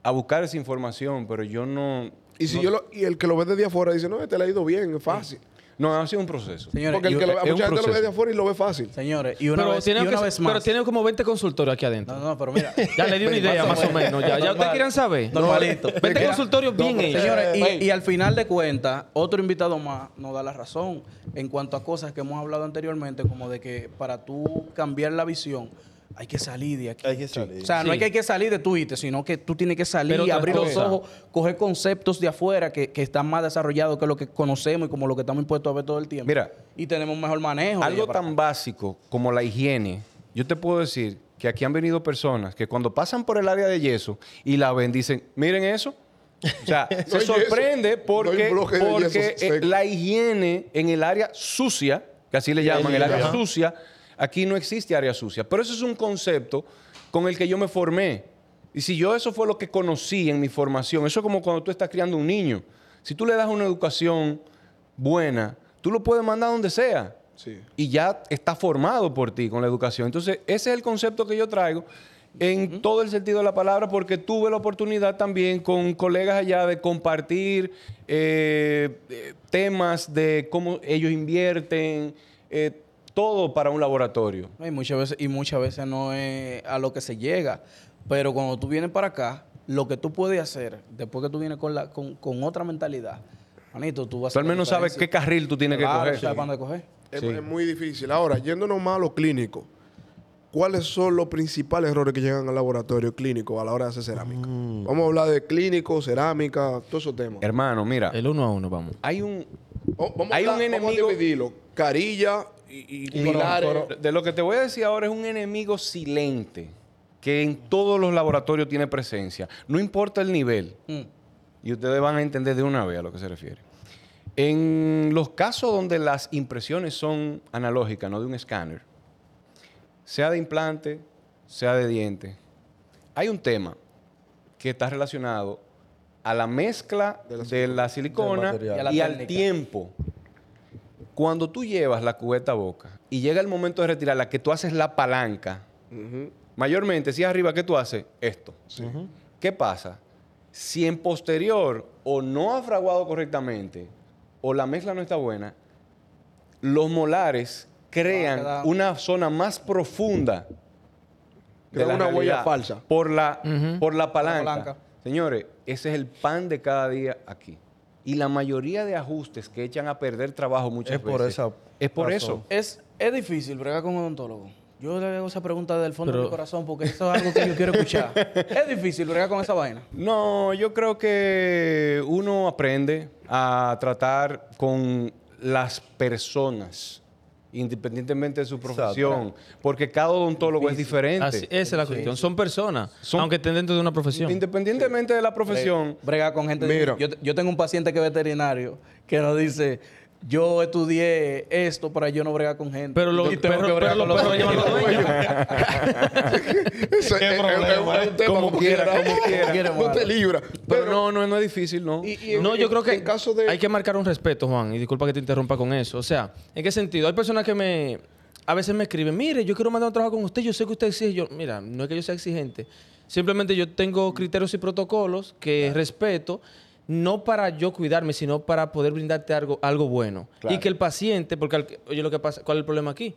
a buscar esa información, pero yo no.
Y si yo lo, y el que lo ve desde afuera dice, no, este le ha ido bien, es fácil.
No, ha sido un proceso.
Señores,
Porque el
y-
que lo,
es
a
un
mucha gente lo ve
proceso.
de afuera y lo ve fácil.
señores, y una,
pero,
vez,
tiene
y una
que-
vez más.
pero tiene como 20 consultorios aquí adentro.
No, no, pero mira.
Ya le di una idea, más o menos. Ya, ya ustedes
Normal.
querían saber.
Normalito.
20 consultorios bien hechos.
Señores, y-
Ey.
y, al final de cuentas, otro invitado más nos da la razón en cuanto a cosas que hemos hablado anteriormente, como de que para tú cambiar la visión, hay que salir de aquí.
Hay que salir.
O sea,
Sí.
no es que hay que salir de Twitter, sino que tú tienes que salir,
Pero otra
abrir los
cosa.
ojos, coger conceptos de afuera que, que están más desarrollados que lo que conocemos y como lo que estamos impuestos a ver todo el tiempo.
Mira.
Y tenemos un mejor manejo. de
Algo
ella para
tan
acá.
básico como la higiene, yo te puedo decir que aquí han venido personas que cuando pasan por el área de yeso y la ven, dicen, miren eso. O sea,
No
se
hay
sorprende
yeso, no
porque,
hay bloque de yeso
porque, eh,
seco.
la higiene en el área sucia, que así le llaman, el área
Ajá.
sucia, aquí no existe área sucia. Pero eso es un concepto con el que yo me formé. Y si yo eso fue lo que conocí en mi formación, eso es como cuando tú estás criando un niño. Si tú le das una educación buena, tú lo puedes mandar donde sea
Sí.
y ya está formado por ti con la educación. Entonces, ese es el concepto que yo traigo en todo el sentido de la palabra, porque tuve la oportunidad también con colegas allá de compartir eh, eh, temas de cómo ellos invierten, eh, todo para un laboratorio.
No, Y muchas veces, y muchas veces no es a lo que se llega. Pero cuando tú vienes para acá, lo que tú puedes hacer, después que tú vienes con la, con, con otra mentalidad, manito, tú vas
Tú al menos sabes qué carril tú tienes que coger.
¿Sabes para dónde coger?
Es,
Sí.
es muy difícil. Ahora, yéndonos más a lo clínico, ¿cuáles son los principales errores que llegan al laboratorio clínico a la hora de hacer cerámica?
Mm.
Vamos a hablar de clínico, cerámica, todos esos temas.
Hermano, mira,
El uno a uno, vamos.
hay un...
O- vamos a
Er, Hay
hablar-
un
vamos a
enemigo-
dividirlo. Carilla y, y pilares.
De lo que te voy a decir ahora es un enemigo silente que en todos los laboratorios tiene presencia. No importa el nivel.
Mm.
Y ustedes van a entender de una vez a lo que se refiere. En los casos donde las impresiones son analógicas, no de un escáner, sea de implante, sea de diente, hay un tema que está relacionado a la mezcla de la,
Del
silicona
material.
Y a la
y al
técnica.
tiempo. Cuando tú llevas la cubeta a boca y llega el momento de retirarla, que tú haces la palanca,
Ujú.
mayormente si es arriba, ¿qué tú haces? Esto. ¿Qué pasa? Si en posterior o no ha fraguado correctamente o la mezcla no está buena, los molares crean
quedar-
una zona más profunda.
Crean
la
una huella
realidad
falsa.
Por la, por la palanca.
palanca.
Señores, ese es el pan de cada día aquí. Y la mayoría de ajustes que echan a perder trabajo muchas
Es
veces.
por esa
Es por
razón.
eso.
Es, es difícil bregar con un odontólogo. Yo le hago esa pregunta del fondo
Pero-
de mi corazón porque eso es algo que yo quiero escuchar. es difícil bregar con esa vaina.
No, yo creo que uno aprende a tratar con las personas, independientemente de su profesión, porque cada odontólogo es diferente.
Así- esa es la cuestión. Son personas,
Son-
aunque estén dentro de una profesión.
Independientemente de la profesión,
Brega con gente.
Mira.
Yo, yo tengo un paciente que es veterinario que nos dice: Yo estudié esto para yo no bregar con gente.
Pero los
Y tengo
perros-
que bregar
pero los
con
perros llevan los dueños.
Eso es, es- es un tema
Como quiera, como
quiera.
No te libra.
pero, no, no, no es difícil, ¿no?
Y- y en-
no, yo creo que
en caso de-
hay que marcar un respeto, Juan, y disculpa que te interrumpa con eso. O sea, ¿en qué sentido? Hay personas que me a veces me escriben, mire, yo quiero mandar un trabajo con usted, yo sé que usted exige, yo, mira, no es que yo sea exigente, simplemente yo tengo criterios y protocolos que respeto, no para yo cuidarme, sino para poder brindarte algo, algo bueno. Y que el paciente, porque, al- oye, lo que pasa, ¿cuál es el problema aquí?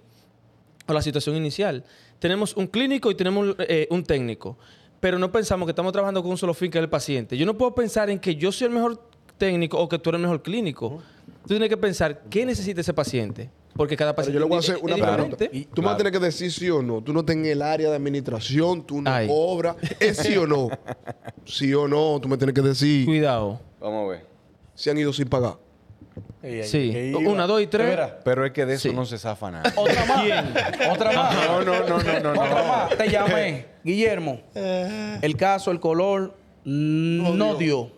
o la situación inicial. Tenemos un clínico y tenemos un, eh, un técnico, pero no pensamos que estamos trabajando con un solo fin, que es el paciente. Yo no puedo pensar en que yo soy el mejor técnico o que tú eres el mejor clínico. Tú tienes que pensar qué necesita ese paciente, porque cada
Pero
paciente
yo le voy a
es-
hacer
es
una
diferente.
pregunta. Tú me vas a tener que decir sí o no. Tú no estás en el área de administración, tú no
Ay.
obras. Es sí o no. Sí o no, tú me tienes que decir
Cuidado.
Vamos a ver.
si han ido sin pagar.
Ey, ey,
Sí.
que iba.
Una, dos y tres.
Espera.
Pero es que de eso
Sí.
no se zafa nada.
Otra más. Otra más.
No, no, no, no, no.
Otra
no.
más. Te llamé. Guillermo.
Eh.
El caso, el color, mm, no dio.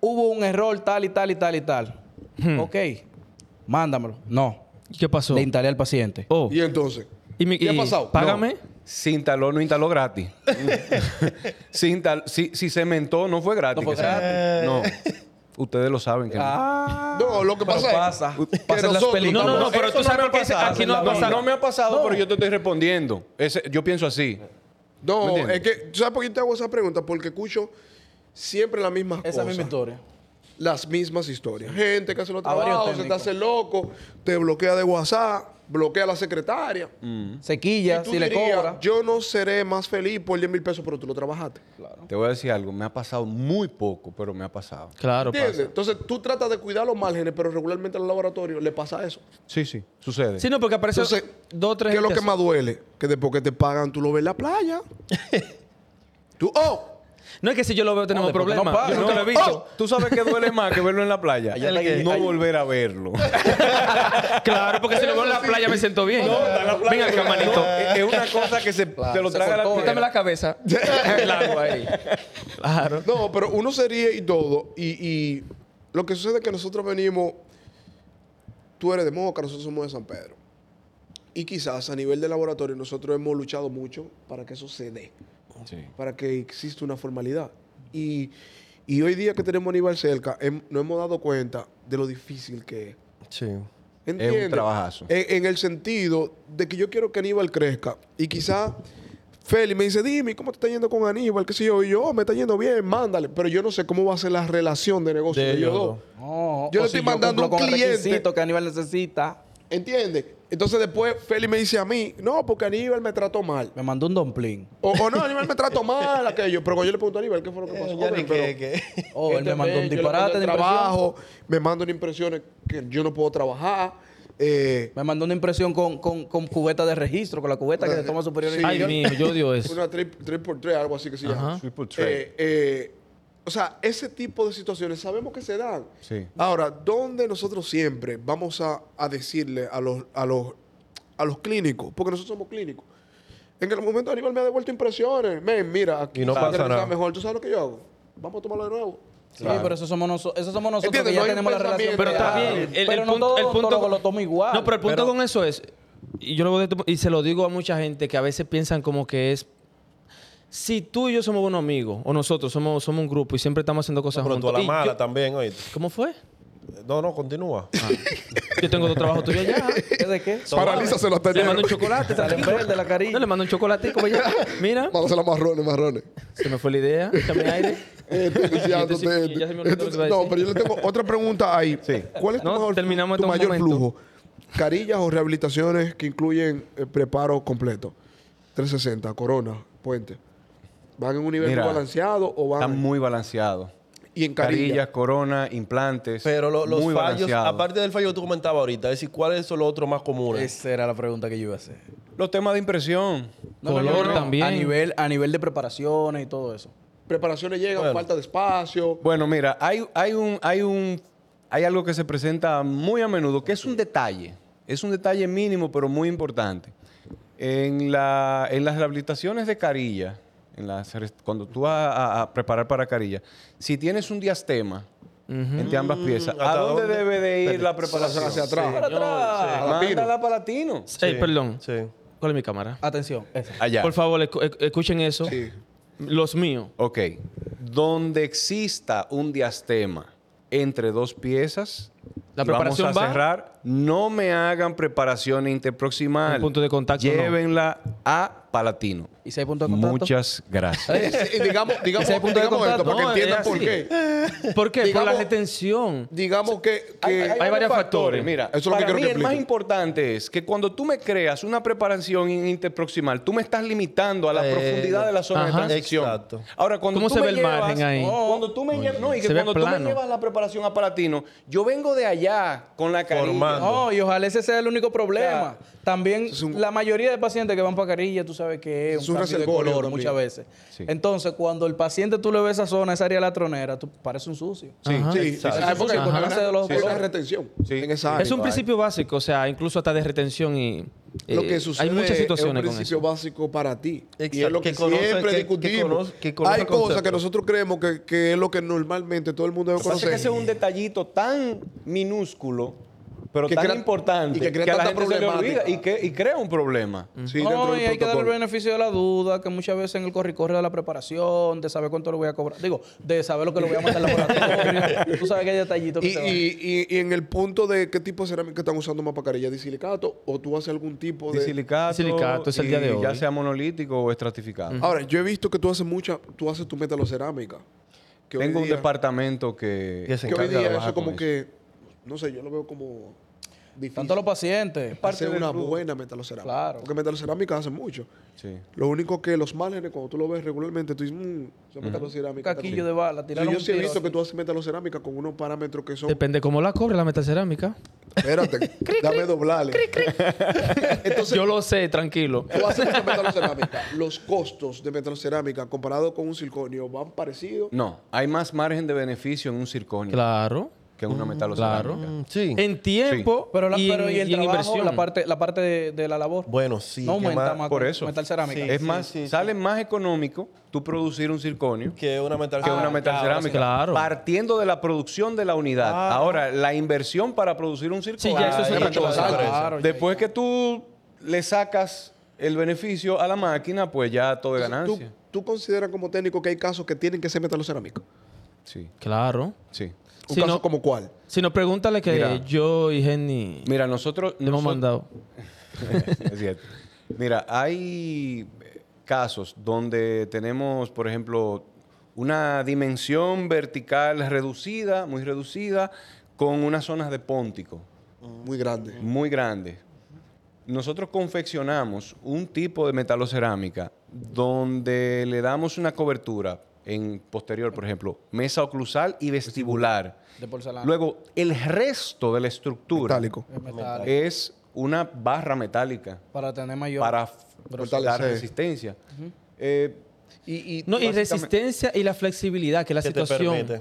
Hubo un error tal y tal y tal y tal.
Hmm.
Ok. Mándamelo. No.
¿Y ¿Qué pasó?
Le instalé al paciente.
Oh.
Y entonces,
¿Y mi-
¿qué ha
y
pasado?
Págame.
Se instaló, no instaló gratis. Se instal- si, si cementó, no fue gratis.
No fue
que cementó. No. Ustedes lo saben que no.
Ah, no, lo que
pero
pasa es
pasa.
que
Pasa en las
nosotros
películas.
No, no, no,
estamos-
pero
Eso
tú
no
sabes
me ha
por qué ese-
pasado.
aquí no ha
No,
pasado.
no me ha pasado, pero yo te estoy respondiendo. Ese- yo pienso así.
No,
¿Me
es
entiendes?
que, ¿tú sabes por qué te hago esa pregunta? Porque escucho siempre la misma
Esa misma historia.
las mismas historias. Gente que hace los
A varios
trabajos, se te
técnicos.
hace loco, te bloquea de WhatsApp, bloquea a la secretaria.
Se
Y
quilla,
tú
si le
dirías,
cobra.
Yo no seré más feliz por 10 mil pesos, pero tú lo trabajaste.
Te voy a decir algo, me ha pasado muy poco, pero me ha pasado.
Claro,
¿Entiendes?
pasa.
Entonces tú tratas de cuidar los márgenes, pero regularmente en los laboratorios le pasa eso.
Sí, sí, sucede.
Sí, no, porque aparece
Entonces,
dos o tres.
¿qué es lo que
gente así.
más duele? Que después que te pagan, tú lo ves en la playa. tú, oh,
No es que si yo lo veo tenemos
Joder, porque
problemas.
no paga.
yo nunca lo he visto.
Oh, Tú sabes que duele más que verlo en la playa.
Allá está que-
no
ahí-
volver a verlo.
Claro, porque si lo veo en la playa me siento bien. Venga acá, manito.
es es una cosa que se, te lo
se
traga la tierra.
cortó,
Quítame la cabeza. El agua ahí. Claro.
no, pero uno sería y todo. Y, y lo que sucede es que nosotros venimos, tú eres de Moca, nosotros somos de San Pedro. Y quizás a nivel de laboratorio nosotros hemos luchado mucho para que eso se dé.
Sí.
para que exista una formalidad. Y, y hoy día que tenemos a Aníbal cerca, hem- nos hemos dado cuenta de lo difícil que es.
Sí.
¿Entiendes?
trabajazo.
En, en el sentido de que yo quiero que Aníbal crezca. Y quizás Feli me dice, dime, ¿cómo te está yendo con Aníbal? ¿Qué sé yo? Y yo, "Oh, me está yendo bien, mándale. Pero yo no sé cómo va a ser la relación de negocio
De
de ellos
ellos
dos.
No,
Yo
o
le
si
estoy mandando
cumplo
un
con el
cliente.
requisito que Aníbal necesita.
¿Entiendes? Entonces después Feli me dice a mí, no, porque Aníbal me trató mal.
Me mandó un dumpling.
O, o no, Aníbal me trató mal, aquello. Pero cuando yo le pregunto a Aníbal, ¿qué fue lo que pasó?
Eh, Ya ni
Joven, pero-
qué, qué.
Oh, él me
Este
mandó un
mes yo le
disparate
mando
de
el
trabajo.
trabajo, me mandan impresiones que yo no puedo trabajar. eh,
Me mandó una impresión con, con, con cubeta de registro, con la cubeta que se toma superior.
Sí.
Ay, mío, yo odio eso.
una 3x3, algo así que se llama.
Ajá.
Triple threat.
Eh, eh, o sea, ese tipo de situaciones sabemos que se dan.
Sí.
Ahora, ¿dónde nosotros siempre vamos a, a decirle a los, a, los, a los clínicos? Porque nosotros somos clínicos. En el momento Aníbal me ha devuelto impresiones. Men, mira, aquí
Y no
para que
pasa
está
nada.
mejor. ¿Tú sabes lo que yo hago? Vamos a tomarlo de nuevo.
Sí, pero eso somos, noso- eso somos nosotros
Entiende,
que ya
no hay un
tenemos la
pensamiento.
relación.
Pero está
creada.
bien. El,
pero
el
no
punto,
todo,
el punto
todo
con-
lo toma igual.
No, pero el punto con eso es, y yo lo, veo de tu- y se lo digo a mucha gente que a veces piensan como que es, si tú y yo somos buenos amigos, o nosotros somos, somos un grupo y siempre estamos haciendo cosas
Pero tú a
juntos.
la
y
mala
yo-
también, oíste.
¿Cómo fue?
No, no, continúa.
Yo tengo dos trabajos tuyos ya.
¿Qué ¿De qué?
Paralízaselo este hasta
Le
enero.
mando un chocolate,
Sale
tranquilo.
verde la carilla.
No, le mando un chocolatico, vaya. Mira,
Mándaselo a marrones, marrones.
se me fue la idea, échame aire.
Eh, tú decías,
Ya
tú
se
te-
me- Este ya se me olvidó lo que iba a
No,
decir.
pero yo le tengo otra pregunta ahí. ¿Cuál es tu
No,
mejor,
terminamos
tu
esto en un
mayor
momento.
flujo? Carillas o rehabilitaciones que incluyen eh, preparo completo. 360, corona, puente. ¿Van en un nivel
Mira,
balanceado o
Está
van
muy balanceado.
y en
Carillas,
carillas?
corona, implantes.
Pero lo- los
muy
fallos,
balanceado.
aparte del fallo que tú comentabas ahorita, es decir, ¿cuáles son los otros más comunes?
Esa era la pregunta que yo iba a hacer.
Los temas de impresión.
Color también.
A nivel, a nivel de preparaciones y todo eso.
Preparaciones llegan,
Bueno.
falta de espacio.
Bueno, mira, hay, hay un, hay un, hay algo que se presenta muy a menudo, que es un detalle. Es un detalle mínimo, pero muy importante. En, la, en las rehabilitaciones de carilla, en las, res- cuando tú vas a, a- a preparar para carilla, si tienes un diastema entre ambas piezas, ¿a
¿hasta
dónde,
dónde?
debe de ir la preparación?
hacia atrás.
Para atrás.
sí.
Mándala para latino.
Ey, perdón.
Sí.
¿Cuál es mi cámara?
Atención. esa.
Allá.
Por favor, escu- esc- escuchen eso. Los míos.
Ok. Donde exista un diastema entre dos piezas,
La
y
preparación
vamos a
va-
cerrar. No me hagan preparación interproximal.
El punto de contacto, no.
Llévenla a Palatino.
¿Y si hay punto de contacto?
Muchas gracias.
Y digamos, digamos,
Ese es el punto de
digamos esto
contacto.
para que
No,
entiendan
es
por
así.
qué.
¿Por qué? Por
Digamos-
la retención.
Digamos que, que
hay varios factores.
Mira,
Eso es lo que
para
quiero
mí
que
el más
explique.
importante es que cuando tú me creas una preparación in- interproximal, tú me estás limitando a la
Eh,
profundidad de la zona de
ajá.
transición.
Exacto.
Ahora, cuando
¿Cómo
tú
se
me
ve el
llevas-
margen ahí?
Oh, Cuando tú me llevas, no, y que
Se ve
cuando tú me
plano.
llevas la preparación a Palatino, yo vengo de allá con la Ah, carilla.
Formando.
No, y ojalá ese sea el único problema. También
es un-
la mayoría de pacientes que van para carilla, tú sabes que es
Es
un
un
cambio de
reservorio
color
también.
muchas veces.
Sí.
Entonces, cuando el paciente tú le ves esa zona, esa área latronera, tú parece un sucio.
Sí,
Ajá.
Sí,
exacto.
ah, porque
Ajá.
con
Balance de los
la- es la
colores.
retención
Sí.
en esa área.
Es un principio básico, o sea, incluso hasta de retención y eh,
Lo que sucede
hay muchas
es
situaciones
un
con
principio
eso.
básico para ti. Y
Exacto.
es lo que,
Que conoce-
siempre
que- que
discutimos.
conoce- que conoce
Hay
el
cosas
concepto.
que nosotros creemos que, que es lo que normalmente todo el mundo debe
Lo que pasa
conocer.
es que ese es un detallito tan minúsculo, pero
Que
tan
crea-
importante,
y que crea
a la
tanta
gente se le olvida
problemática.
y, que, y crea un problema.
Mm.
Sí, dentro
No,
del
y hay que darle el
protocolo.
beneficio de la duda, que muchas veces en el corricorre de la preparación, de saber cuánto lo voy a cobrar. Digo, de saber lo que le voy a mandar al laboratorio. Tú sabes que hay detallitos que
Y,
se van.
y- y- y en el punto de qué tipo de cerámica están usando más para carilla, disilicato o tú haces algún tipo de.
Disilicato,
Disilicato, es el
y
día de
ya
hoy.
sea monolítico o estratificado.
Ahora, yo he visto que tú haces mucha, tú haces tu metalocerámica. Que hoy
Tengo un
día-
departamento que,
Que se
que
Que hoy
encarga de
día
trabajar
eso como
con
que, no sé, yo lo veo como difícil.
Tanto los pacientes.
parte
hacer
del
una
flujo.
buena metalocerámica.
Claro.
Porque metalocerámica hace mucho.
Sí.
Lo único que los márgenes, cuando tú lo ves regularmente, tú dices, mmm, son metalocerámica.
Caquillo de bala,
Sí,
tiraron
yo
un
sí he
tiro
visto que
así.
tú haces metalocerámica con unos parámetros que son.
Depende cómo la cobre la metacerámica.
Espérate, dame doblarle. Entonces,
Yo lo sé, tranquilo.
tú haces mucha metalocerámica. Los costos de metalocerámica comparado con un circonio van parecidos.
No, hay más margen de beneficio en un circonio
Claro.
que en una metalocerámica.
Mm, sí.
En tiempo
Pero, la,
y, en,
pero y el
y en
trabajo,
inversión.
la parte, la parte de, de la labor.
Bueno, sí.
no
que
aumenta más.
por
con
eso.
Metal cerámica.
Es
Sí,
más,
sí, sí.
sale más económico tú producir un circonio
Que una metal.
que una metacerámica.
claro.
Partiendo de la producción de la unidad.
Ah.
Ahora, la inversión para producir un ah, circonio.
Sí, ya eso es
otra
mucho
cosa.
más alta.
Claro, ya,
Después que tú le sacas el beneficio a la máquina, pues ya todo es
Entonces,
ganancia.
¿tú, tú consideras como técnico que hay casos que tienen que ser metalocerámicos.
Sí,
Claro.
sí.
Un
Si
caso
no-
como cuál.
Si no, pregúntale que
Mira.
yo y Jenny
Mira, nosotros...
le hemos
nosotros-
mandado.
es cierto. Mira, hay eh, casos donde tenemos, por ejemplo, una dimensión vertical reducida, muy reducida, con unas zonas de póntico
Mm.
Muy grande.
muy grandes. Nosotros confeccionamos un tipo de metalocerámica donde le damos una cobertura en posterior, por ejemplo, mesa oclusal y vestibular.
De porcelana.
Luego, el resto de la estructura
Metálico.
Es metal.
es una barra metálica
para tener mayor.
para
Fortalecer.
dar resistencia. Eh, y, y
No, y
básicamente-
resistencia y la flexibilidad, que es la
Que te
situación.
permite.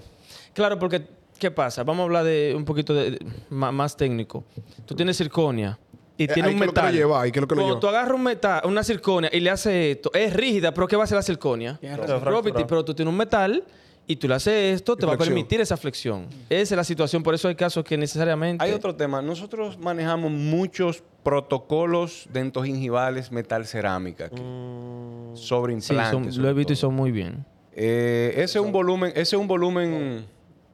Claro, porque, ¿qué pasa? Vamos a hablar de un poquito de- de- ma- más técnico. Tú tienes circonia y
Eh,
tienes
ahí
un
que lo que lo
metal.
lleva, ahí que lo que lo
Cuando
lleva.
tú agarras un metal, una circonia y le haces esto, es rígida, pero ¿qué va a hacer la circonia?
Tiene
Claro.
razón.
fractura.
Property, pero tú tienes un metal y tú le haces esto, te va a
flexión.
permitir esa flexión. Esa es la situación, por eso hay casos que necesariamente...
Hay otro tema. Nosotros manejamos muchos protocolos dentogingivales metal cerámica aquí, sobre
Sí,
implantes.
son- lo
sobre
he visto y
todo.
son muy bien.
Eh, ese es un volumen, ese es un volumen,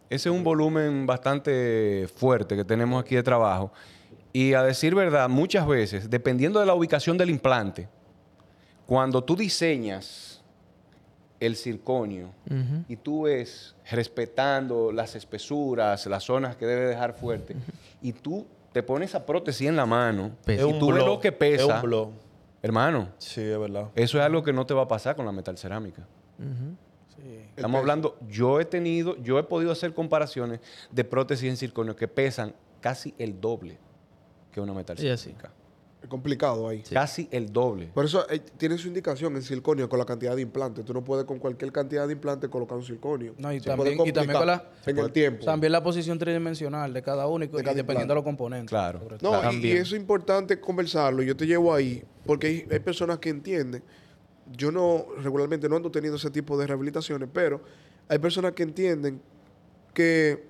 ese es un volumen bastante fuerte que tenemos aquí de trabajo. Y a decir verdad, muchas veces, dependiendo de la ubicación del implante, cuando tú diseñas el circonio
Ujú.
y tú ves respetando las espesuras, las zonas que debe dejar fuerte, y tú te pones esa prótesis en la mano,
Pesa.
y tú ves lo que pesa,
Es un blog.
hermano,
Sí, es verdad.
eso es algo que no te va a pasar con la metalcerámica.
Sí.
Estamos hablando, yo he tenido, yo he podido hacer comparaciones de prótesis en circonio que pesan casi el doble que una
Sí, así.
metalcémica.
Es complicado ahí.
Casi el doble.
Por eso eh, tiene su indicación en circonio con la cantidad de implantes. Tú no puedes con cualquier cantidad de implantes colocar un circonio.
No, y
Se puede
también- y también con la-
complicar en el tiempo.
También la posición tridimensional de cada uno y, y
cada
dependiendo de los componentes.
Claro.
sobre todo.
No,
Claro.
y- y, eso es importante conversarlo. Yo te llevo ahí porque hay, hay personas que entienden. Yo no, regularmente no ando teniendo ese tipo de rehabilitaciones, pero hay personas que entienden que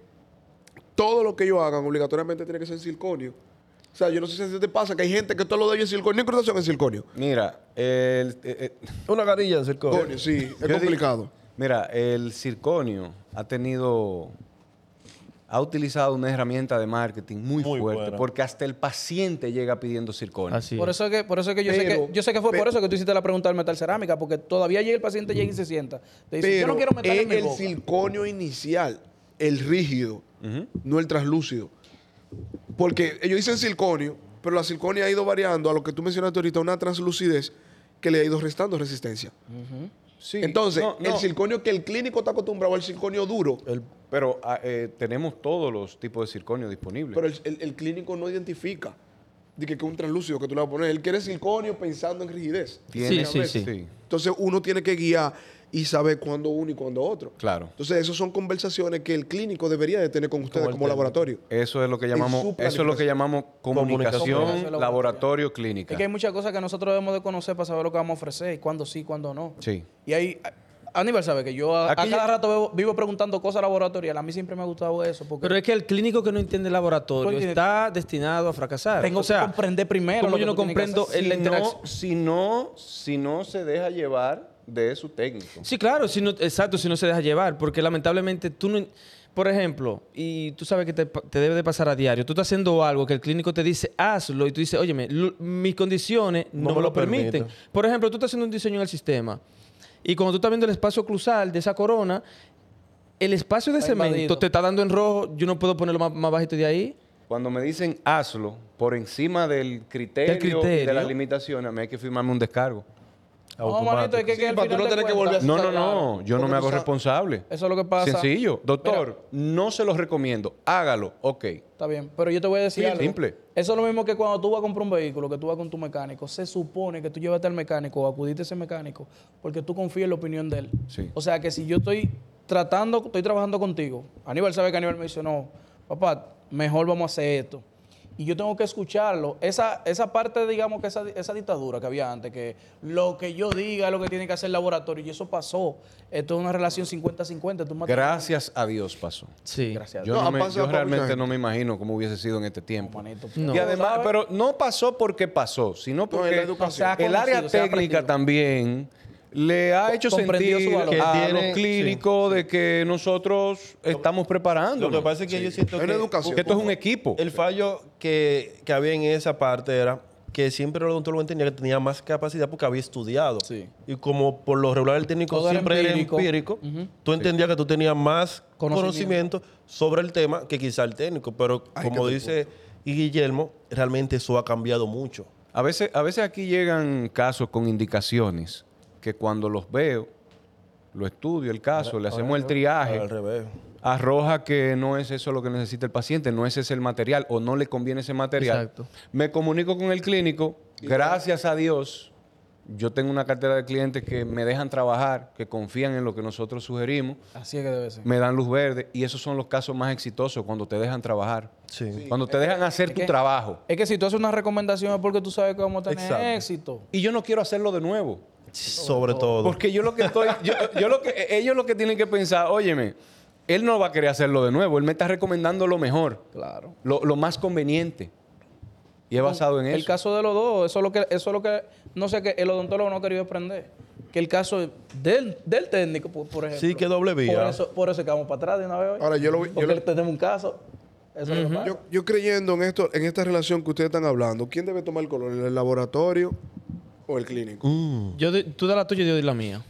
todo lo que ellos hagan obligatoriamente tiene que ser en circonio. O sea, yo no sé si a ti te pasa que hay gente que todo lo de ellos en circonio, incrustación en circonio.
Mira, el, eh, eh,
Una carilla en circo.
Circonio, sí,
Yo
es
di-
complicado.
mira, el circonio ha tenido, ha utilizado una herramienta de marketing muy,
Muy
fuerte,
buena.
porque hasta el paciente llega pidiendo circonio.
Así
Por
es.
eso es que, por eso es que yo sé
Pero-
que yo sé que fue
pero-
por eso que tú hiciste la pregunta del metal cerámica, porque todavía llega el paciente llega y se sienta. Te dice,
Pero
yo no quiero metal
es
en mi
el
boca".
circonio inicial, el rígido, no el translúcido. Porque ellos dicen circonio, pero la circonia ha ido variando a lo que tú mencionaste ahorita, una translucidez que le ha ido restando resistencia.
Sí,
Entonces,
no,
el
no,
circonio que el clínico está acostumbrado al circonio duro,
El-
Pero ah, eh, tenemos todos los tipos de circonio disponibles.
pero el, el- el clínico no identifica de que, que es un translúcido que tú le vas a poner. Él quiere circonio pensando en rigidez.
Tiene-
Sí, sí, sí.
Entonces, uno tiene que guiar y saber cuándo uno y cuándo otro.
Claro.
Entonces, esas son conversaciones que el clínico debería de tener con ustedes
Con el
como
técnico.
laboratorio.
Eso es lo que
En
llamamos,
su
eso es lo que
planificación.
llamamos comunicación,
Comunicación.
laboratorio, clínica.
Es que hay muchas cosas que nosotros debemos de conocer para saber lo que vamos a ofrecer y cuándo sí, cuándo no.
Sí.
Y ahí, a- Aníbal sabe que yo a, a
Aquí
cada
ya-
rato veo- vivo preguntando cosas laboratoriales. A mí siempre me ha gustado eso porque
Pero es que el clínico que no entiende el laboratorio
Porque-
está destinado a fracasar.
tengo
o sea,
que comprender primero.
como
lo
yo
que
no
tú tienes que hacer.
comprendo el-
Si
la
no,
interacción-
si no, si no se deja llevar de su técnico.
Sí, claro, si no, exacto, si no se deja llevar, porque lamentablemente tú no... Por ejemplo, y tú sabes que te, pa- te debe de pasar a diario, tú estás haciendo algo que el clínico te dice, hazlo, y tú dices, óyeme, lu- mis condiciones no, me lo permiten. Por ejemplo, tú estás haciendo un diseño en el sistema, y cuando tú estás viendo el espacio cruzal de esa corona, el espacio de
Está
cemento
invadido.
te está dando en rojo, yo no puedo ponerlo más, más bajito de ahí.
Cuando me dicen hazlo por encima del criterio,
Del criterio.
y de las limitaciones, a mí hay que firmarme un descargo.
No, manito, es que,
Automático.
que al
para tú
final
no
de
tener que volver
cuentas-
a
No, no,
Claro,
no, yo
porque
no me
tú
hago
sabes-
responsable.
Eso es lo que pasa.
Sencillo. Doctor, no se los recomiendo. Hágalo. Ok.
Está bien, pero yo te voy a decir
Sí,
algo.
simple.
Eso es lo mismo que cuando tú vas a comprar un vehículo, que tú vas con tu mecánico. Se supone que tú llevaste al mecánico o acudiste a ese mecánico porque tú confías en la opinión de él.
Sí.
O sea, que si yo estoy tratando, estoy trabajando contigo, Aníbal sabe que Aníbal me dice, no, papá, mejor vamos a hacer esto. Y yo tengo que escucharlo. Esa, esa parte, digamos, que esa, esa dictadura que había antes, que lo que yo diga es lo que tiene que hacer el laboratorio, y eso pasó. Esto es una relación 50-50. Tú matas-
Gracias a Dios pasó.
Sí.
Gracias. a
Yo,
No,
no
han
me-
pasado
yo
por mucha
realmente
gente.
no me imagino cómo hubiese sido en este tiempo.
Manito,
No.
Y además,
¿Sabes?
pero no pasó porque pasó, sino
No, en
porque
la educación.
Se ha
el área
conocido, se ha
técnica
aprendido.
también le ha hecho
comprendió
sentir
su valor.
Que
a
tiene-
los clínicos de que nosotros estamos preparando.
Lo que pasa es que yo siento
Es una
que
educación.
esto es un equipo.
el fallo que, que había en esa parte era que siempre el odontólogo entendía que tenía más capacidad porque había estudiado.
Sí.
Y como por lo regular el técnico
Todo era
siempre
empírico.
era empírico, tú entendías que tú tenías más
Conocimiento.
conocimiento. sobre el tema que quizá el técnico. Pero
Ay,
como
qué
dice Guillermo, realmente eso ha cambiado mucho.
A veces, a veces aquí llegan casos con indicaciones que cuando los veo, lo estudio el caso, le hacemos el triaje,
Al revés.
arroja que no es eso lo que necesita el paciente, no ese es el material o no le conviene ese material.
Exacto.
Me comunico con el clínico, gracias a Dios, yo tengo una cartera de clientes que me dejan trabajar, que confían en lo que nosotros sugerimos,
Así es que debe ser.
me dan luz verde y esos son los casos más exitosos cuando te dejan trabajar,
Sí.
cuando te dejan hacer tu
que-
trabajo.
Es que si tú haces una recomendación es porque tú sabes que vamos a tener
Exacto.
éxito.
Y yo no quiero hacerlo de nuevo.
Sobre todo.
Porque yo lo que estoy, yo, yo lo que, eh, ellos lo que tienen que pensar, óyeme, él no va a querer hacerlo de nuevo, él me está recomendando lo mejor,
Claro.
lo, lo más conveniente. Y es basado en
El
eso.
caso de los dos, eso es lo que, eso es lo que, no sé, que el odontólogo no ha querido aprender. Que el caso del, del técnico, por, por ejemplo.
Sí, que doble vía.
Por eso, por eso quedamos para atrás de una vez hoy.
Ahora, yo lo vi- yo
Porque
lo-
tenemos un caso. Eso es lo que
Ah.
pasa.
Yo, yo creyendo en esto, en esta relación que ustedes están hablando, ¿quién debe tomar el color? ¿El laboratorio o el clínico?
Mm.
Yo doy- tú da la tuya y yo doy la mía.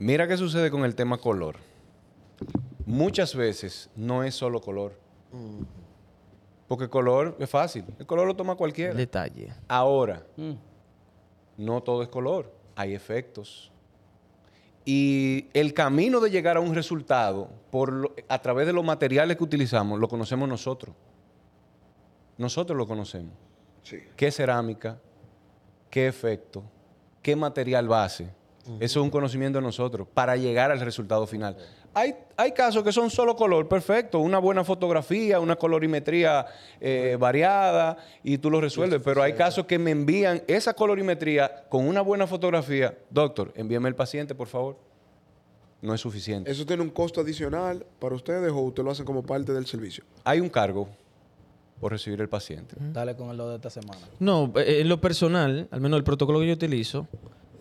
Mira qué sucede con el tema color. Muchas veces no es solo color.
Mm.
Porque color es fácil. El color lo toma cualquiera.
Detalle.
Ahora,
Mm.
no todo es color, hay efectos. Y el camino de llegar a un resultado por lo- a través de los materiales que utilizamos lo conocemos nosotros. Nosotros lo conocemos.
Sí.
¿Qué cerámica? ¿Qué efecto? ¿Qué material base? Eso es un conocimiento de nosotros para llegar al resultado final. Hay, hay casos que son solo color, perfecto, una buena fotografía, una colorimetría eh, variada y tú lo resuelves, pero hay casos que me envían esa colorimetría con una buena fotografía. Doctor, envíame el paciente, por favor. No es suficiente.
¿Eso tiene un costo adicional para ustedes o ustedes lo hacen como parte del servicio?
Hay un cargo por recibir el paciente.
Dale con el lo de esta semana.
No, eh, en lo personal, al menos el protocolo que yo utilizo,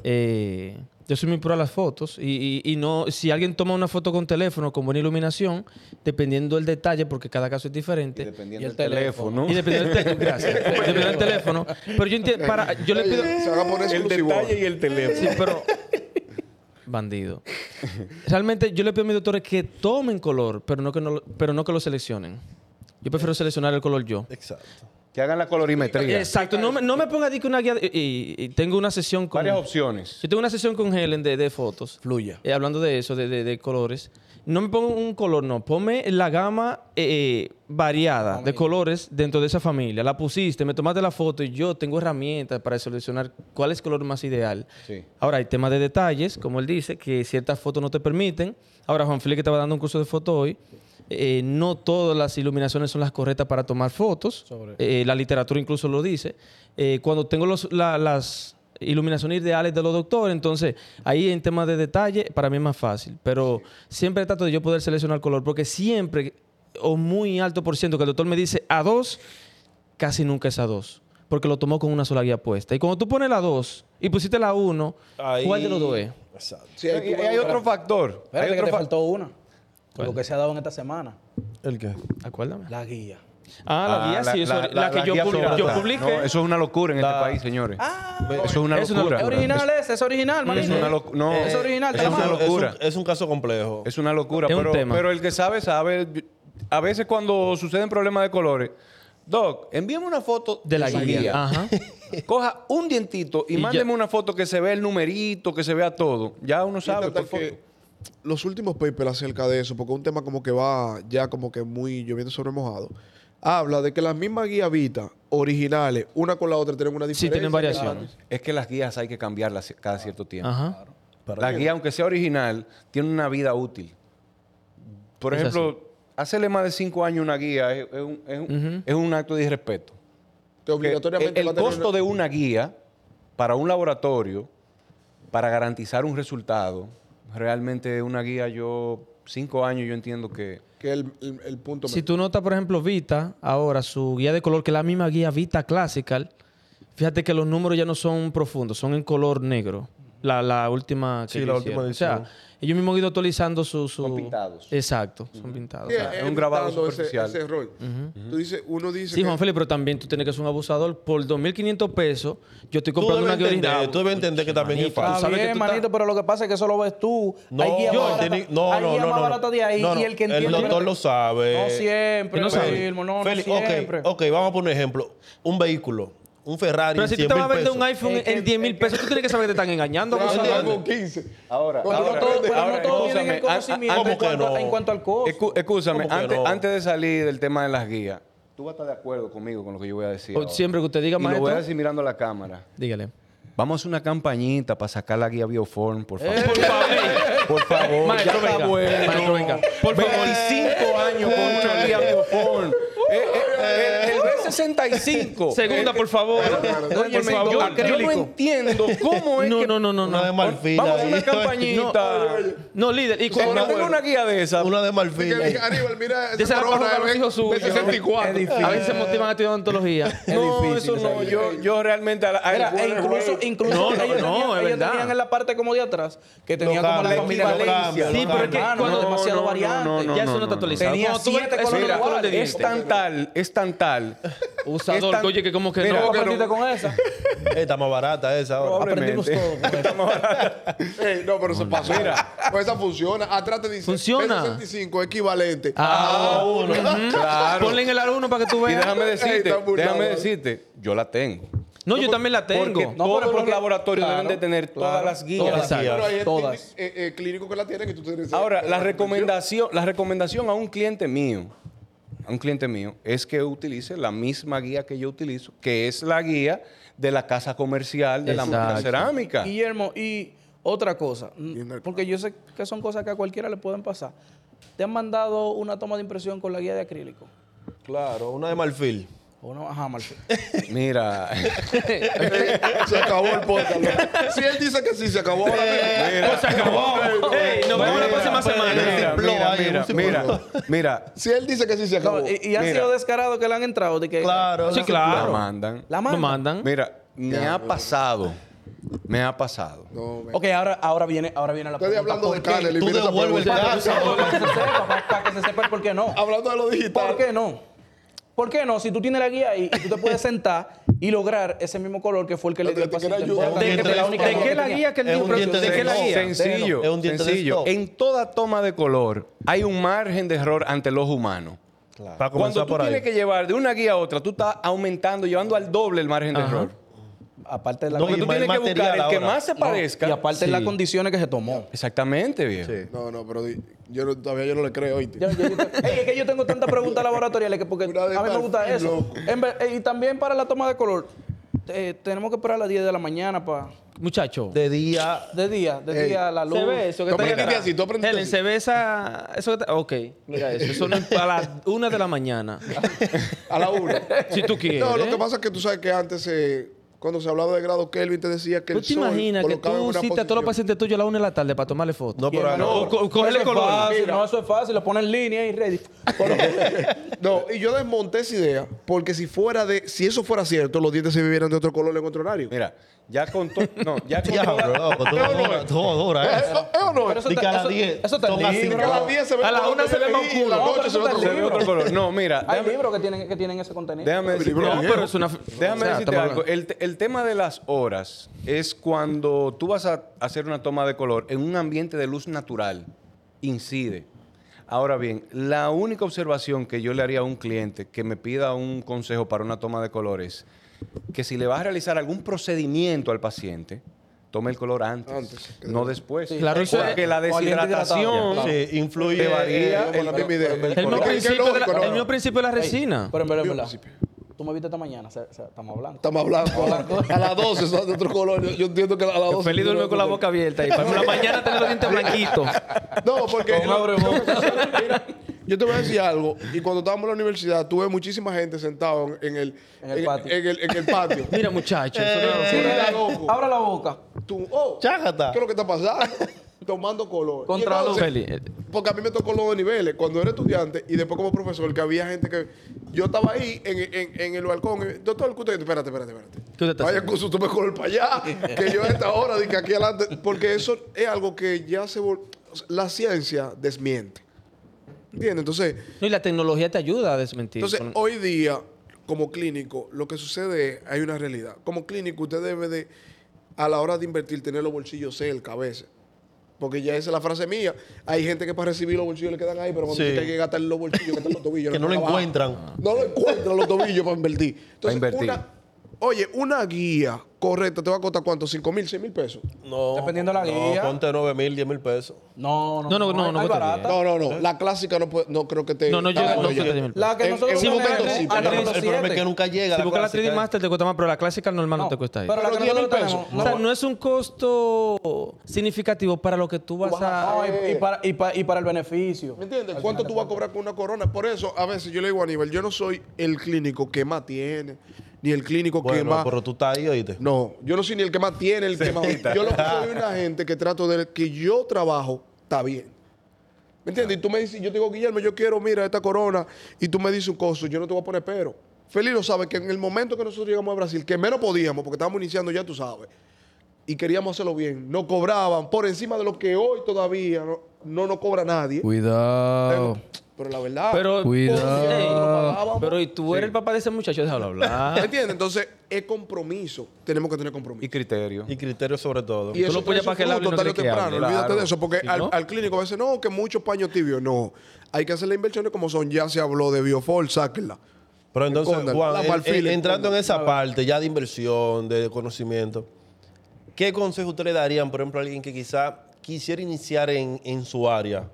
eh, yo soy muy pro a las fotos y, y- y no, si alguien toma una foto con teléfono con buena iluminación, dependiendo del detalle, porque cada caso es diferente.
dependiendo
y el teléfono.
Y dependiendo del teléfono, gracias. Dependiendo del teléfono. Pero yo entiendo, para, yo le pido.
Se van a poner
El
exclusivo.
detalle y el teléfono.
Sí, pero. Bandido. Realmente yo le pido a mis doctores que tomen color, pero no que, no, lo- pero no que lo seleccionen. Yo prefiero seleccionar el color yo.
Exacto.
Que hagan la colorimetría.
Exacto. No me, no me ponga di que una guía. de- y, y tengo una sesión con.
Varias opciones.
Yo tengo una sesión con Helen de, de fotos.
Fluya.
Eh, hablando de eso, de, de- de colores. No me pongo un color, no. Ponme la gama eh, eh, variada de colores dentro de esa familia. La pusiste, me tomaste la foto y yo tengo herramientas para seleccionar cuál es el color más ideal.
Sí.
Ahora, hay temas de detalles, como él dice, que ciertas fotos no te permiten. Ahora, Juan Felipe, que estaba dando un curso de foto hoy, eh, no todas las iluminaciones son las correctas para tomar fotos.
Sobre.
Eh, la literatura incluso lo dice. Eh, cuando tengo los- la- las iluminaciones ideales de los doctores, entonces ahí en temas de detalle, para mí es más fácil. Pero siempre trato de yo poder seleccionar color, porque siempre, o muy alto por ciento, que el doctor me dice a dos, casi nunca es a 2. Porque lo tomó con una sola guía puesta. Y cuando tú pones la 2 y pusiste la 1,
Ahí-
¿cuál de los dos es?
Exacto.
Sí,
Y
ahí
hay,
tú-
otro factor.
Espérate
hay
que
otro
te
fa-
faltó una. Lo que se ha dado en esta semana.
¿El qué?
Acuérdame.
La guía.
Ah, la guía sí, eso- la, que yo,
guía
publi-
sobre-
yo
No,
publiqué. Ah,
eso es una locura en
La-
este país, señores. eso es una
Es,
locura.
original ese, es original,
Es,
manito.
una locura. No,
Es original,
Es
te la
una
mando.
locura.
Es un, es un caso complejo.
Es una locura,
Es un
pero,
tema.
pero el que sabe, sabe. A veces cuando suceden problemas de colores, Doc, envíame una foto
de la
su
guía. Ajá.
Coja un dientito y,
Y ya-
mándeme una foto que se vea el numerito, que se vea todo. Ya uno sabe.
Intentar
por foto.
que los últimos papers acerca de eso, porque es un tema como que va ya como que muy lloviendo sobre mojado, habla de que las mismas guías Vita originales, una con la otra, tienen una diferencia.
Sí, tienen variaciones.
Es que las guías hay que cambiarlas cada cierto tiempo.
Ajá.
La guía, aunque sea original, tiene una vida útil. Por
Es
ejemplo,
así.
hacerle más de cinco años una guía es, es un, es un-
Ujú.
es un acto de irrespeto.
Que
Porque
obligatoriamente
el,
va a
el
tener
costo
una-
de una guía para un laboratorio, para garantizar un resultado, realmente una guía yo, cinco años yo entiendo que...
que el, el- el punto
Si tú notas, por ejemplo, Vita, ahora su guía de color, que es la misma guía Vita Classical, fíjate que los números ya no son profundos, son en color negro. La, la última que
Sí,
ellos
la última
hicieron. O sea,
edición.
ellos mismos han ido actualizando su, su-
Son pintados.
Exacto, son pintados.
Sí,
o sea.
es un grabado
evitando
superficial.
Ese, ese error. Tú dices, uno dice
Sí,
que-
Juan Felipe, pero también tú tienes que ser un abusador. Por 2.500 pesos, yo
Tú
estoy comprando
debes
una guía
entender,
original.
tú debes entender que también es
manito,
falso.
tú
Está
sabes que
bien,
tú
manito,
estás-
pero lo que pasa es que eso lo ves tú.
No,
hay guía
yo
más barata,
entendí- no,
hay
no,
guía
no,
más
no.
barata de ahí
No, no,
y el que
el
entiende...
doctor lo sabe.
No siempre,
Él no sabe.
Wilmo, no, no
Félix, ok,
siempre.
ok, vamos a poner un ejemplo. Un vehículo, un Ferrari.
Pero
en
si tú
100
te vas a
mil
vender un
pesos.
iPhone
Es que-
en 10 mil pesos, tú tienes que saber que te están engañando.
Vamos a
abusador.
hablar con 15.
Ahora,
Cuando
ahora,
Pero no todo- pero
ahora,
no todos tienen el
escúchame, ah, an- an-
conocimiento en
¿cómo que
cuanto,
no?
en cuanto al costo.
Escú- Escúchame,
¿Cómo que
antes,
no?
antes de salir del tema de las guías, tú vas a estar de acuerdo conmigo con lo que yo voy a decir.
O
ahora.
siempre que usted diga,
Y lo voy a
maestro.
decir mirando la cámara.
Dígale.
Vamos a hacer una campañita para sacar la guía Bioform, por favor.
Por favor.
Por favor,
Eh. Maestro,
ya está
venga.
bueno.
Maestro, venga. Por favor.
25 años con una guía Bioform. Eh, eh, el- el B65.
Segunda, por favor.
Oye,
Por
me-
favor.
yo, yo no entiendo cómo es
No,
que...
no, no, no,
Una de
no.
Marfil.
Vamos a hacer
ahí.
una campañita.
No, líder. Y
Cuando
cuando-
tenga una guía de esa,
Una de
Que
Marfil. ahí.
diga, Aníbal, mira,
Yo
ese
se la
corona,
paso a los
ve-
hijos suyos.
ve 64.
Es difícil.
A veces se motivan a estudiar odontología.
no,
difícil
eso no.
esa
Yo, yo realmente a la- a
Mira,
la-
e incluso, incluso
No, no,
ellos,
no,
tenían,
es
ellos
verdad.
tenían en la parte como de atrás que
Lo
tenía como la
cambia,
familia
lo cambia,
Sí,
lo
pero es que
cambia.
cuando
No,
demasiado
no, no,
variante.
no, no,
ya eso no está actualizado.
Tenía
Cuando tú ves-
siete
eso
colores
era
Mira,
color de
iguales.
es
diente.
tan tal, es tan tal.
Usador,
es tan-
oye, que como que
Mira,
no.
¿Cómo
pero-
aprendiste con esa?
Eh, Está más barata esa ahora.
Aprendimos todo.
Ey, no, pero eso pasó. Mira, pues esa funciona. Atrás te dice
Funciona.
B65 equivalente.
Ah,
Ah, uno.
Claro.
Ponle en el R1 para que tú
Y
veas.
déjame decirte,
está burlado.
déjame decirte, yo la tengo.
No, yo también la
Porque
tengo.
No,
todos los
pero porque-
laboratorios
claro,
deben de tener todas las guías.
Todas las
Pero hay gente
todas.
eh, eh, clínico que la tiene que tú tienes.
Ahora, la recomendación, la recomendación a un cliente mío, a un cliente mío, es que utilice la misma guía que yo utilizo, que es la guía de la casa comercial de la
Exacto.
la
Ah.
cerámica.
Guillermo, y otra cosa, n-
Bien,
porque yo sé que son cosas que a cualquiera le pueden pasar. ¿Te han mandado una toma de impresión con la guía de acrílico?
Claro, una de Marfil.
¿O no? Ajá, Martín.
Mira,
Se acabó el podcast. ¿no? si él dice que sí, se acabó. Ahora mismo.
mira,
Se acabó. Ey, nos vemos la
Mira,
próxima semana.
mira,
Un ciclo
mira,
ahí, un
mira,
ciclo.
mira, mira,
Si él dice que sí, se acabó.
No, y, y han
Mira.
sido descarados que le han entrado. De que,
Claro. una-
Sí,
la
claro.
mandan.
La
Lo
mandan.
mandan.
Mira, me ha pasado, me ha pasado.
No,
Ok, ahora, ahora, viene, ahora viene la
Estoy
pregunta.
hablando de
¿por qué?
Canel y
Tú
mira esa
devuelves el
pregunta.
Para que se
caso.
para que se sepa, para- para que se sepa el por qué no.
Hablando de lo digital.
¿Por qué no? ¿Por qué no? Si tú tienes la guía ahí, y tú te puedes sentar y lograr ese mismo color que fue el que le
Te-
dio el
te quiero
paciente.
ayudar.
anterior,
De-
que fue
de-
única
¿de
guía
qué
la
tenía.
guía que él
Es
dijo,
un
pero
diente
¿de
de
qué la
leche.
guía?
Sencillo,
Es un diente de
sencillo.
esto.
En toda toma de color hay un margen de error ante el ojo humano.
Para
Cuando
comenzar
tú
por ahí.
tienes que llevar de una guía a otra, tú estás aumentando, llevando al doble el margen de
Ajá.
error.
Aparte de la
No,
Porque
y
tú
el
tienes que buscar
material
el que
ahora.
más se parezca.
Y aparte de
Sí.
las condiciones que se tomó.
Exactamente, viejo.
Sí.
No, no, pero di- yo no- todavía yo no le creo, ¿oíste?
Yo- yo- yo te- Ey, es que yo tengo tantas preguntas laboratoriales que porque a
Una de
mí me gusta
marfil,
eso.
loco.
En ver- eh, y también para la toma de color, eh, tenemos que esperar a las 10 de la mañana para...
Muchacho.
De día.
De día, de
Ey,
día, la luz.
Se ve eso que
Tú
está ahí
aprendiste
atrás.
así, tú aprendiste
Helen,
así.
se ve esa... Eso que está... Ok, mira eso. Eso no es a las una de la mañana.
A la una.
Si tú quieres.
No, lo que pasa es que tú sabes que antes, eh, cuando se hablaba de grado Kelvin, te decía que
¿Tú
el
te
sol
imaginas que
colocaba en
tú
una
citas a todos los
posición.
pacientes tuyos a la una de la tarde para tomarle fotos?
No, pero
hermano.
ahora.
co- cógele
Eso es
color.
fácil,
Mira.
No, eso es fácil. Lo pones en línea y ready.
No, y yo desmonté esa idea, porque si fuera de, si eso fuera cierto, los dientes se vivieran de otro color en otro horario.
Mira, ya con todo. No, ya con
Ya,
toda-
bro, loco, todo dura, todo dura. eh.
Eso es o no?
Pero eso
De
está-
que a las
eso-
10
Eso está en
son las
libro.
Que a las 10 se ve
A las
todo
1 se ve
TNI,
más
y
oscuro.
a las
No,
ocho
pero
se ve
eso está en
Se
otro
ve
libro.
otro color. No, mira,
Hay
déjame,
libros que tienen, que tienen ese contenido.
déjame decirte,
No, pero es una...
déjame
o sea,
decirte
estamos
algo.
hablando-
El, te- el tema de las horas es cuando tú vas a hacer una toma de color en un ambiente de luz natural. Incide. Ahora bien, la única observación que yo le haría a un cliente que me pida un consejo para una toma de color es que si le vas a realizar algún procedimiento al paciente, tome el color antes,
Antes.
no después.
Sí.
Claro, eso es-
porque la
o aliente
deshidratación
hidratado.
Sí, influye.
Te varía
eh,
con la misma idea.
El mismo
Qué- qué
principio de
lógico,
la-
¿no?
el mismo principio de la resina.
Pero en verdad, en verdad,
Principio.
Tú me viste esta mañana, se- se- estamos hablando.
Estamos hablando a las 12, son de otro color. Yo, yo entiendo que a las 12.
Feliz duerme con la boca abierta y para por la mañana tener los dientes blanquitos.
No, porque. Mira, yo te voy a decir algo. Y cuando estábamos en la universidad, tuve muchísima gente sentado en, en el,
En el patio.
En el, en el patio.
Mira, muchachos.
Sí, era loco.
Abra la boca.
Tú, oh, ¿qué
Chácata.
es lo que está pasando? Tomando color. Y
Contra
entonces,
Feli, eh,
Porque a mí me tocó los dos niveles. Cuando era estudiante y después como profesor, que había gente que. Yo estaba ahí en, en, en el balcón. y- Doctor, ¿qué usted- espérate, espérate, espérate.
¿Qué usted está
Vaya
haciendo?
con su tope color para allá. que yo a esta hora, de que aquí adelante. Porque eso es algo que ya se. vol- La ciencia desmiente. ¿Entiendes? Entonces.
No, y la tecnología te ayuda a desmentir.
Entonces,
Con-
hoy día, como clínico, lo que sucede es, hay una realidad. Como clínico, usted debe de, a la hora de invertir, tener los bolsillos cerca a veces. Porque ya esa es la frase mía. Hay gente que para recibir los bolsillos le quedan ahí, pero cuando
Sí.
usted hay que gastar los bolsillos, que están los tobillos.
Que no lo
está abajo.
encuentran.
No lo encuentran los tobillos para invertir. Entonces,
invertir.
Una, oye, una guía correcta te va a costar cuánto? ¿5 mil, 6 mil pesos?
No.
Dependiendo de la guía.
No, ponte 9 mil, 10 mil pesos.
No, no,
No, no, no,
hay-
no,
hay
cuesta
barata.
No, no,
¿Eh?
no. La clásica no, puede- no creo que te.
No, no llega,
Ah,
no cuesta
llega.
10.000 pesos.
La que
En-
nosotros
en un momento
tenemos
sí,
a
pero-
el problema es
37.
que nunca llega.
Si
la
buscas la
clásica.
3D Master te cuesta más, pero la clásica normal no, te cuesta ahí.
Pero la
Pero
que
10.000
nosotros tenemos.
pesos.
o sea, no es un costo significativo para lo que tú vas
vas
a...
a-
No, y, y para, y, pa- y para el beneficio.
¿Me entiendes? ¿Cuánto tú vas a cobrar con una corona? Por eso, a veces yo le digo a Aníbal, yo no soy el clínico que más tiene, ni el clínico que
Bueno,
más...
pero tú estás ahí, oíste.
No, yo no soy ni el que más tiene, el que más... Yo lo que soy una gente que trato de que yo trabajo, está bien. ¿Me entiendes? Y tú me dices, yo te digo, Guillermo, yo quiero, mira, esta corona, y tú me dices un costo, yo no te voy a poner pero. Feliz lo sabe, que en el momento que nosotros llegamos a Brasil, que menos podíamos, porque estábamos iniciando, ya tú sabes, y queríamos hacerlo bien, no cobraban por encima de lo que hoy todavía no, no nos cobra nadie.
Cuidado.
Pero la verdad...
Pero, oh,
Cuidado.
Ey,
Lo pagábamos.
pero y tú eres el papá de ese muchacho, déjalo
¿Me
hablar.
entiendes? Entonces, es compromiso. Tenemos que tener
y
compromiso.
criterio.
Y criterio sobre todo.
Y
tú lo apoyas para que él hable y no
tarde o
quiere que
temprano.
hable,
Olvídate
claro.
de eso, porque
Si
al,
no-
al clínico a veces, no, que muchos paños tibios. No, hay que hacer las inversiones como son. Ya se habló de Biofor, sáquenla.
Pero entonces,
Escóndalo. La
Juan, en-
marfil,
en- entrando en
escóndalo.
esa parte ya de inversión, de conocimiento, ¿qué consejo ustedes le darían, por ejemplo, a alguien que quizá quisiera iniciar en, en su área?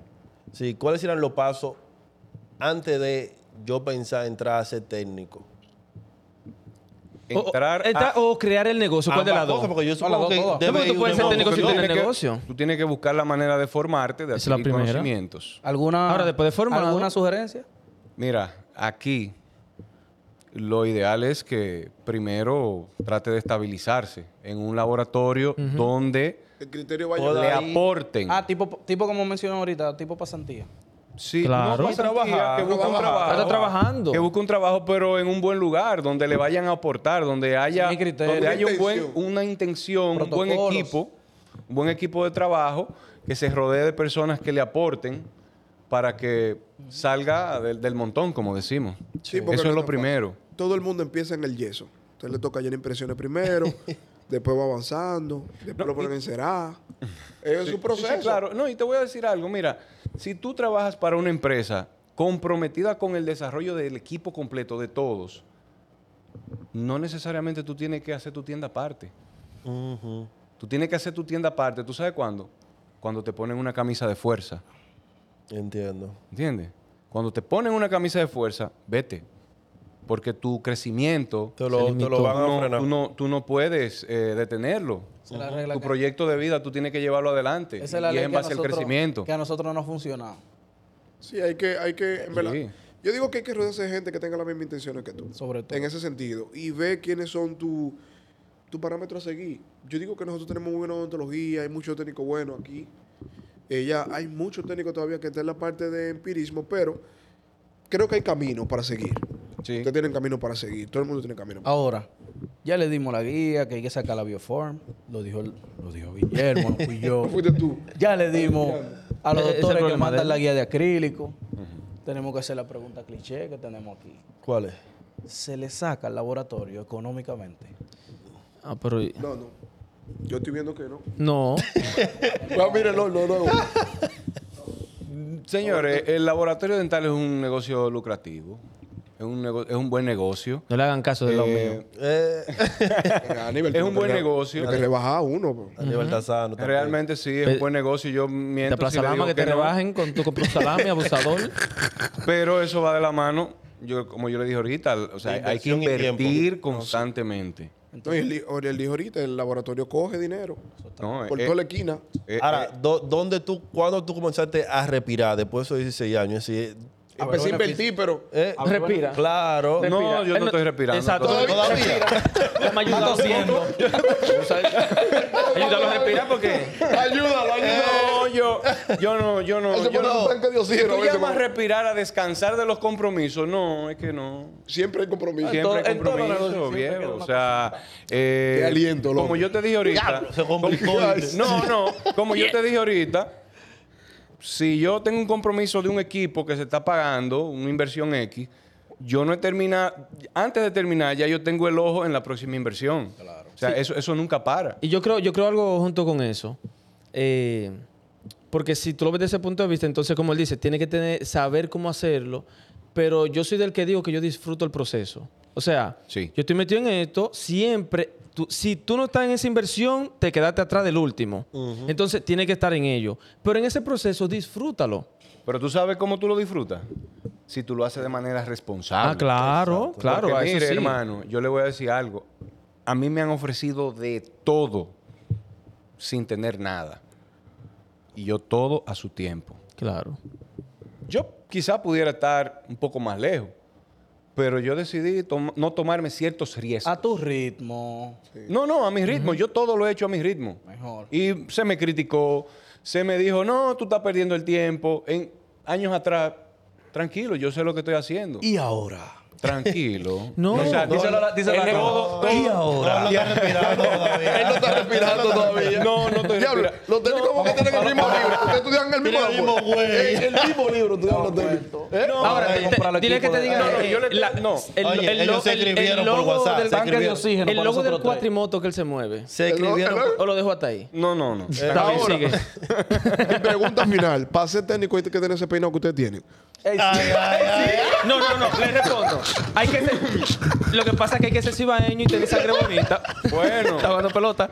Sí, ¿Cuáles serán los pasos antes de yo pensar entrar a ser técnico?
Entrar
o, entra-
a-
o crear el negocio, ¿cuál de
Ambas
las dos?
cosas, porque yo
No,
supongo
las dos,
que
todas.
debe
No, porque tú
ir
puedes
uno,
ser técnico
porque
sin
no-
tener
tienes que-
negocio.
tú tienes que buscar la manera de formarte, de
Esa es la
adquirir
primera.
conocimientos.
¿Alguna,
Ahora, después de formado.
¿Alguna sugerencia?
Mira, aquí lo ideal es que primero trate de estabilizarse en un laboratorio donde
El criterio va a
Toda-
le
ayudar.
ahí-
aporten.
Ah, tipo, tipo como mencioné ahorita, tipo pasantía.
Sí,
Claro.
no pasantía,
Trabajar,
que busque un
trabajar.
trabajo.
Está trabajando.
Que busque un trabajo, pero en un buen lugar, donde le vayan a aportar, donde haya,
Sí, hay criterio.
donde haya un
Una
buen,
intención.
una intención, un buen
Protocolos.
equipo, un buen equipo de trabajo, que se rodee de personas que le aporten para que salga del, del montón, como decimos.
ah,
Sí, porque
Eso
no
es lo
tan
primero.
fácil. Todo el mundo empieza en el yeso. Usted le toca llenar impresiones primero, después va avanzando, después lo ponen en cerá. Es su
Sí, sí,
proceso.
claro. No, y te voy a decir algo. Mira, si tú trabajas para una empresa comprometida con el desarrollo del equipo completo de todos, no necesariamente tú tienes que hacer tu tienda aparte. Tú tienes que hacer tu tienda aparte. ¿Tú sabes cuándo? Cuando te ponen una camisa de fuerza.
Entiendo.
¿Entiendes? Cuando te ponen una camisa de fuerza, vete. Porque tu crecimiento,
Te lo, te lo van
limitó.
tú
a
no,
frenar.
tú no- tú no puedes eh, detenerlo.
Esa es la regla
Tu
que-
proyecto de vida tú tienes que llevarlo adelante.
Esa es la
y
ley
es en
que a
base al
nosotros-
crecimiento.
Que a nosotros no nos funciona.
Sí, hay que, hay que, en verdad.
Sí.
Yo digo que hay que rodearse de gente que tenga las mismas intenciones que tú.
Sobre todo.
En ese sentido. Y ve quiénes son tus tu parámetros a seguir. Yo digo que nosotros tenemos muy buena odontología, hay muchos técnicos buenos aquí. Eh, ya hay muchos técnicos todavía que están en la parte de empirismo, pero creo que hay camino para seguir.
Sí.
Ustedes tienen camino para seguir. Todo el mundo tiene camino.
Ahora, ya le dimos la guía, que hay que sacar la bioform. Lo dijo, el- lo dijo Guillermo, no fui yo.
Fuiste tú.
Ya le dimos a los
Ese es el
doctores que
problema de
mandan
él.
la guía de acrílico. Tenemos que hacer la pregunta cliché que tenemos aquí.
¿Cuál es?
¿Se le saca al laboratorio económicamente?
Ah, pero...
No, no. Yo estoy viendo que no.
No.
Pues, mire, no, no, no.
Señores, el laboratorio dental es un negocio lucrativo. Es un, nego- es un buen negocio.
No le hagan caso de lo
Eh,
mío.
Eh,
A nivel,
Es
tú
un
no
buen
te reba-
negocio.
no Te rebaja uno, pues. bro.
Daniel Baltasar, no te
Realmente sí, es
Pe-
un buen negocio. Yo miento
Te
si le
plazalama
digo
que te
no.
rebajen con tu compro salami, abusador.
Pero eso va de la mano. Yo, como yo le dije ahorita, o sea, hay que
Inversión y tiempo.
invertir constantemente.
No, y el, li- ahora el dijo ahorita, el laboratorio coge dinero
No,
por
eh,
toda la esquina.
eh,
Ahora,
eh,
do- ¿dónde tú, cuándo tú comenzaste a respirar después de esos 16 años? Así,
A pesar de invertir, pero
eh,
A ver, Respira.
Claro.
No, yo no estoy respirando.
Exacto.
Todavía-
Todavía. Me ayuda haciendo. Ayúdalo a respirar porque...
ayúdalo, ayúdalo.
eh, no, yo, yo no, yo no.
Ese
Yo
pone un
no.
tanque de oxígeno a
Tú
veces,
llamas a
como-
respirar, a descansar de los compromisos. No, es que no.
Siempre hay compromiso.
Siempre hay
en todo
compromiso,
negocio siempre
viejo.
queda una
O sea, eh,
Qué aliento, loco.
como yo te dije ahorita.
se complicó.
como-
¿viste?
no, no. Como yo te dije ahorita, si yo tengo un compromiso de un equipo que se está pagando, una inversión X, yo no he terminado. Antes de terminar, ya yo tengo el ojo en la próxima inversión. O sea, eso, eso nunca para.
Y yo creo, yo creo algo junto con eso. Eh, porque si tú lo ves desde ese punto de vista, entonces, como él dice, tiene que tener, saber cómo hacerlo. Pero yo soy del que digo que yo disfruto el proceso. O sea,
Sí.
yo estoy metido en esto, siempre. tú- si tú no estás en esa inversión, te quedaste atrás del último. Entonces, tiene que estar en ello. Pero en ese proceso, disfrútalo.
Pero tú sabes cómo tú lo disfrutas. Si tú lo haces de manera responsable.
Ah, claro, claro.
Porque
a eso
mire,
sí.
hermano, yo le voy a decir algo. A mí me han ofrecido de todo sin tener nada. Y yo todo a su tiempo.
Claro.
Yo quizá pudiera estar un poco más lejos, pero yo decidí tom- no tomarme ciertos riesgos.
A tu ritmo.
No, no, a mi ritmo. Yo todo lo he hecho a mi ritmo.
Mejor.
Y se me criticó, se me dijo, no, tú estás perdiendo el tiempo. En años atrás, tranquilo, yo sé lo que estoy haciendo.
Y ahora.
Tranquilo.
No,
o sea,
no,
díselo a la- díselo a la- todo- todo-
Y ahora.
Él no está respirando todavía.
No, no estoy
Diablo,
respirando.
los técnicos como que tienen el mismo libro. Ustedes estudian el mismo
Tiene el mismo
libro.
güey.
El, el mismo libro estudian los técnicos. ¿Eh?
No,
Ahora,
hay que
te-
comprar el
dile que
equipo
te
de-
diga.
No, no,
eh,
yo le-
la-
no.
el-
Oye,
el-
ellos se
el- el
escribieron por
logo
WhatsApp,
del-
se
Tanque de
escribieron.
oxígeno.
El
para
logo del
nosotros tres.
cuatrimoto que él se mueve.
Se
El-
escribieron.
el-
¿O lo dejo hasta
Eh,
ahí?
No, no, no.
Está bien,
ahora.
sigue.
Mi pregunta final. Para ser técnico hay que tener ese peinado que ustedes tienen.
Eh,
Ey, sí.
Ah,
Ay, ay, ay.
No, no, no, le respondo. Hay que ser- Lo que pasa es que hay que ser cibaeño y tener sangre bonita.
Bueno.
Está jugando pelota.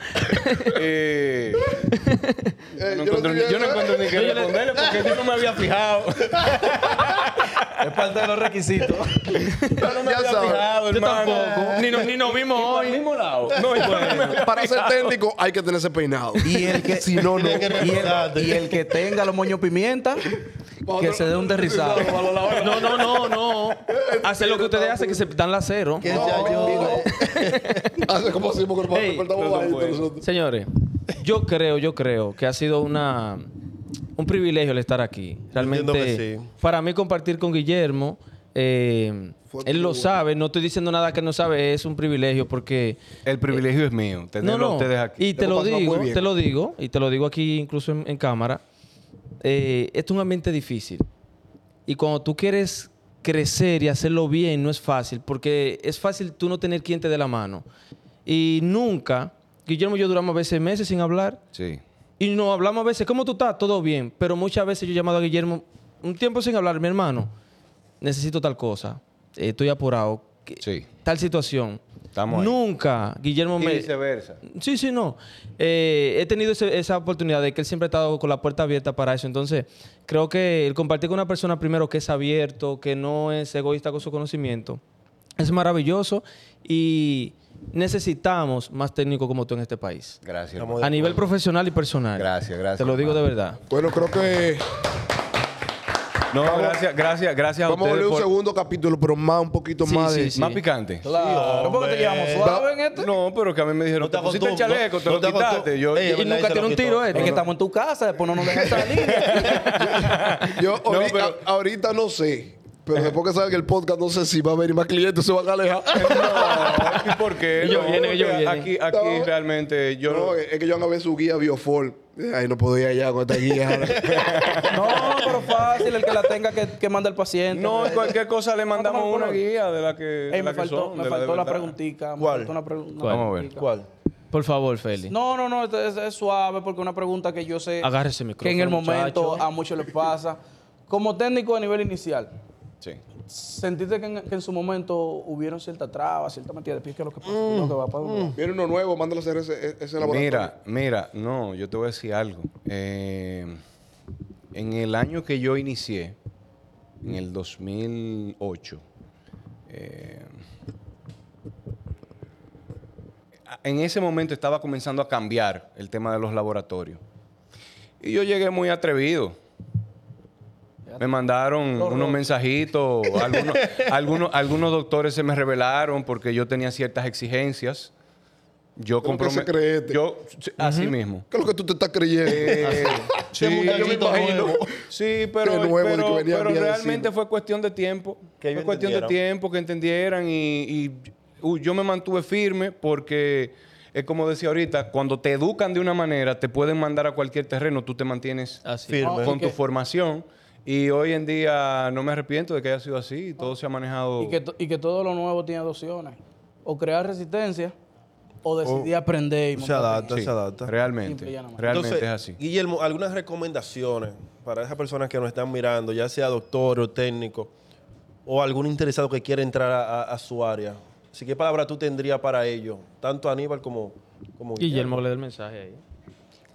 Eh, yo, no
Eh, yo lo
encuentro,
estoy
yo no
viendo,
encuentro ni que
Yo le-
responderle porque yo no me había fijado.
Es parte de los requisitos.
Yo no me
Ya
había
sabes.
fijado,
Yo
hermano.
tampoco. Ni nos, ni nos vimos
Al
hoy.
mismo lado. No, yo no me había
Para ser
fijado.
técnico hay que tener ese peinado.
Y el que,
Si no, no.
y el, y el que tenga los moños pimienta, que se dé un derrizado.
No, no, no, no.
Eh,
Hacer lo que ustedes hacen, que se dan la cero.
Que se ayude.
Hace como así, porque nos
Ey,
despertamos
no
bajito
puede.
nosotros.
Señores, yo creo, yo creo que ha sido una un privilegio el estar aquí.
entiendo que
Realmente,
sí.
para mí compartir con Guillermo, eh,
Fue
él
muy
lo
bueno.
sabe, no estoy diciendo nada que no sabe, es un privilegio porque...
El privilegio es mío,
No,
tenerlo
no.
a ustedes aquí.
Y te
Hemos
lo
pasado muy
digo,
bien.
te lo digo, y te lo digo aquí incluso en, en cámara. Eh, esto es un ambiente difícil. Y cuando tú quieres crecer y hacerlo bien, no es fácil, porque es fácil tú no tener quien te dé la mano. Y nunca, Guillermo y yo duramos a veces meses sin hablar,
Sí.
y nos hablamos a veces, ¿cómo tú estás? Todo bien, pero muchas veces yo he llamado a Guillermo un tiempo sin hablar, mi hermano, necesito tal cosa, eh, estoy apurado, que-
Sí.
tal situación.
Estamos ahí.
nunca, Guillermo
Y
me...
viceversa.
Sí, sí, no. Eh, he tenido ese- esa oportunidad de que él siempre ha estado con la puerta abierta para eso. Entonces, creo que el compartir con una persona primero que es abierto, que no es egoísta con su conocimiento, es maravilloso y necesitamos más técnicos como tú en este país.
Gracias.
Estamos
hermano.
A nivel profesional y personal.
Gracias, gracias,
Te lo digo de
hermano.
verdad.
Bueno, creo que
No, gracias, gracias, gracias a
vamos a
ustedes.
abrir un
por-
segundo capítulo, pero más, un poquito
Sí,
más
sí,
de...
sí.
Más picante.
Claro, ¿por qué te llevamos suave en este?
No, pero que a mí me dijeron,
No te
te pusiste el
acostumbras,
chaleco, te
no
lo
te acostumbras.
quitaste. Yo,
Ey,
yo-
Y
verdad, se
nunca
lo
tiene un
quitó.
tiro, ¿eh?
Es que estamos en tu casa, después no nos dejan salir.
Yo ahorita,
pero- Eh.
ahorita no sé.
Pero después que salga el podcast, no sé si va a venir más clientes, se van a alejar.
¿Y por qué?
Ellos
No,
vienen, ellos
porque
vienen.
Aquí, aquí
No.
realmente yo
No,
no-
es que yo ando a ver su guía Biofor. Ay, no puedo ir allá con esta guía.
No, pero fácil, el que la tenga que, que manda el paciente.
No, en cualquier cosa le mandamos
Vamos a
una
poner-
guía de la que, de
Ey,
la
me
que
faltó,
son,
me
de la de
faltó la,
verdad.
preguntita. me
¿Cuál?
faltó una pregu- una
¿Cuál?
Vamos a ver.
preguntica.
¿Cuál?
Por favor, Feli.
No, no, no, es, es suave porque una pregunta que yo sé
Agarre ese
que en
micrófono,
el momento
muchacho.
a muchos les pasa. Como técnico a nivel inicial,
Sí.
¿sentiste que en, que en su momento hubieron cierta traba, cierta metida de pie? que es lo que pasa?
Mm.
Lo que va para
Viene uno nuevo, mándalo a hacer ese, ese laboratorio.
Mira, mira, no, yo te voy a decir algo. Eh, en el año que yo inicié, en el 2008, eh, a- en ese momento estaba comenzando a cambiar el tema de los laboratorios. Y yo llegué muy atrevido. Me mandaron unos mensajitos, algunos, algunos, algunos doctores se me revelaron porque yo tenía ciertas exigencias. Yo
que se
comprometí.
creete.
Yo, sí, así mismo.
¿Qué es lo que tú te estás creyendo?
Eh, sí,
Este
yo me
muchachito
imagino.
nuevo.
Sí, pero,
Este nuevo, el
pero-
que venía
pero
bien
realmente
encima.
fue cuestión de tiempo.
Que ellos
fue cuestión de
entendieran.
tiempo que entendieran y, y, uh, yo me mantuve firme porque es como decía ahorita, cuando te educan de una manera, te pueden mandar a cualquier terreno, tú te mantienes
Así.
Firme.
con tu
que-
formación. Y hoy en día no me arrepiento de que haya sido así, y todo se ha manejado.
Y que, to- y que todo lo nuevo tiene dos opciones. O crear resistencia o
Oh.
decidir aprender y
Se
montarte en
adapta,
Sí,
se adapta.
realmente,
Simple y llanamente.
realmente
Entonces,
es así.
Guillermo, algunas recomendaciones para esas personas que nos están mirando, ya sea doctor o técnico, o algún interesado que quiera entrar a, a- a su área. Así, ¿qué palabra tú tendrías para ello? Tanto Aníbal como, como
Guillermo, le da el mensaje ahí.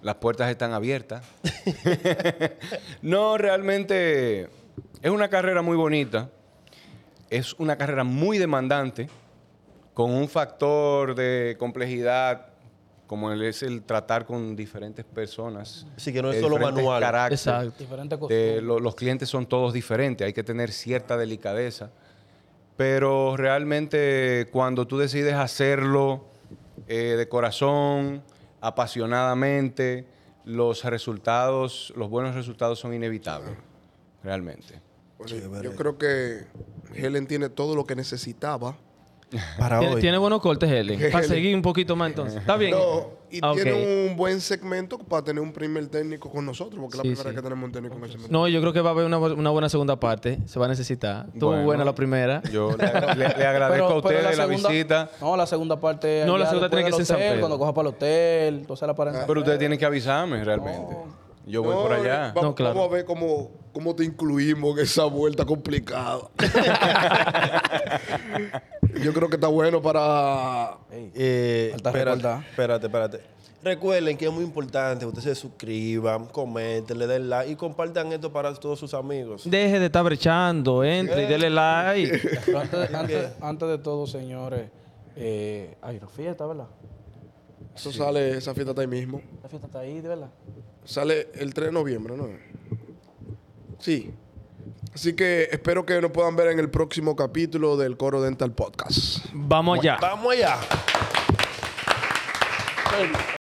Las puertas están abiertas. no, realmente es una carrera muy bonita. Es una carrera muy demandante, con un factor de complejidad, como el- es el tratar con diferentes personas.
Así que no es
de
solo
diferentes
manual.
caracteres.
Exacto.
Diferentes cosas.
De lo- los clientes son todos diferentes, hay que tener cierta delicadeza. Pero realmente cuando tú decides hacerlo eh, de corazón, apasionadamente, los resultados, los buenos resultados son inevitables, realmente.
Bueno, yo creo que Helen tiene todo lo que necesitaba.
Para
Tiene,
hoy.
tiene buenos cortes, Helen. Para
Helen.
seguir un poquito más entonces. ¿Está bien?
No, y
Ah, ok.
tiene un buen segmento para tener un primer técnico con nosotros, porque es la
Sí,
primera
sí.
vez que tenemos un técnico en el segmento.
No, yo creo que va a haber una, bu- una buena segunda parte. Se va a necesitar. Estuvo
Bueno.
buena la primera.
Yo le, agra- le- le agradezco
Pero-
a ustedes
pero
la,
segunda-
visita,
No, la segunda parte. es
No, la
allá
segunda
después
tiene que ser
del
San
hotel,
Pedro.
Cuando coja para el hotel, entonces la pareja.
pero ustedes tienen que avisarme realmente. Yo voy por allá.
Vamos,
No, claro.
vamos a ver cómo, cómo te incluimos en esa vuelta complicada. yo creo que está bueno para
Eh,
Falta
espérate,
recordar.
espérate, espérate. Recuerden que es muy importante que ustedes se suscriban, comenten, le den like y compartan esto para todos sus amigos.
Deje de estar brechando. Entre y dele like.
Ah.
Pero antes, antes- antes de todo, señores, eh, hay una fiesta, ¿verdad?
Eso sale, esa fiesta está ahí mismo.
La fiesta está ahí, ¿verdad?
Sale el 3 de noviembre, ¿no? Sí. Así que espero que nos puedan ver en el próximo capítulo del Coro Dental Podcast.
Vamos allá.
Vamos allá.
Ey,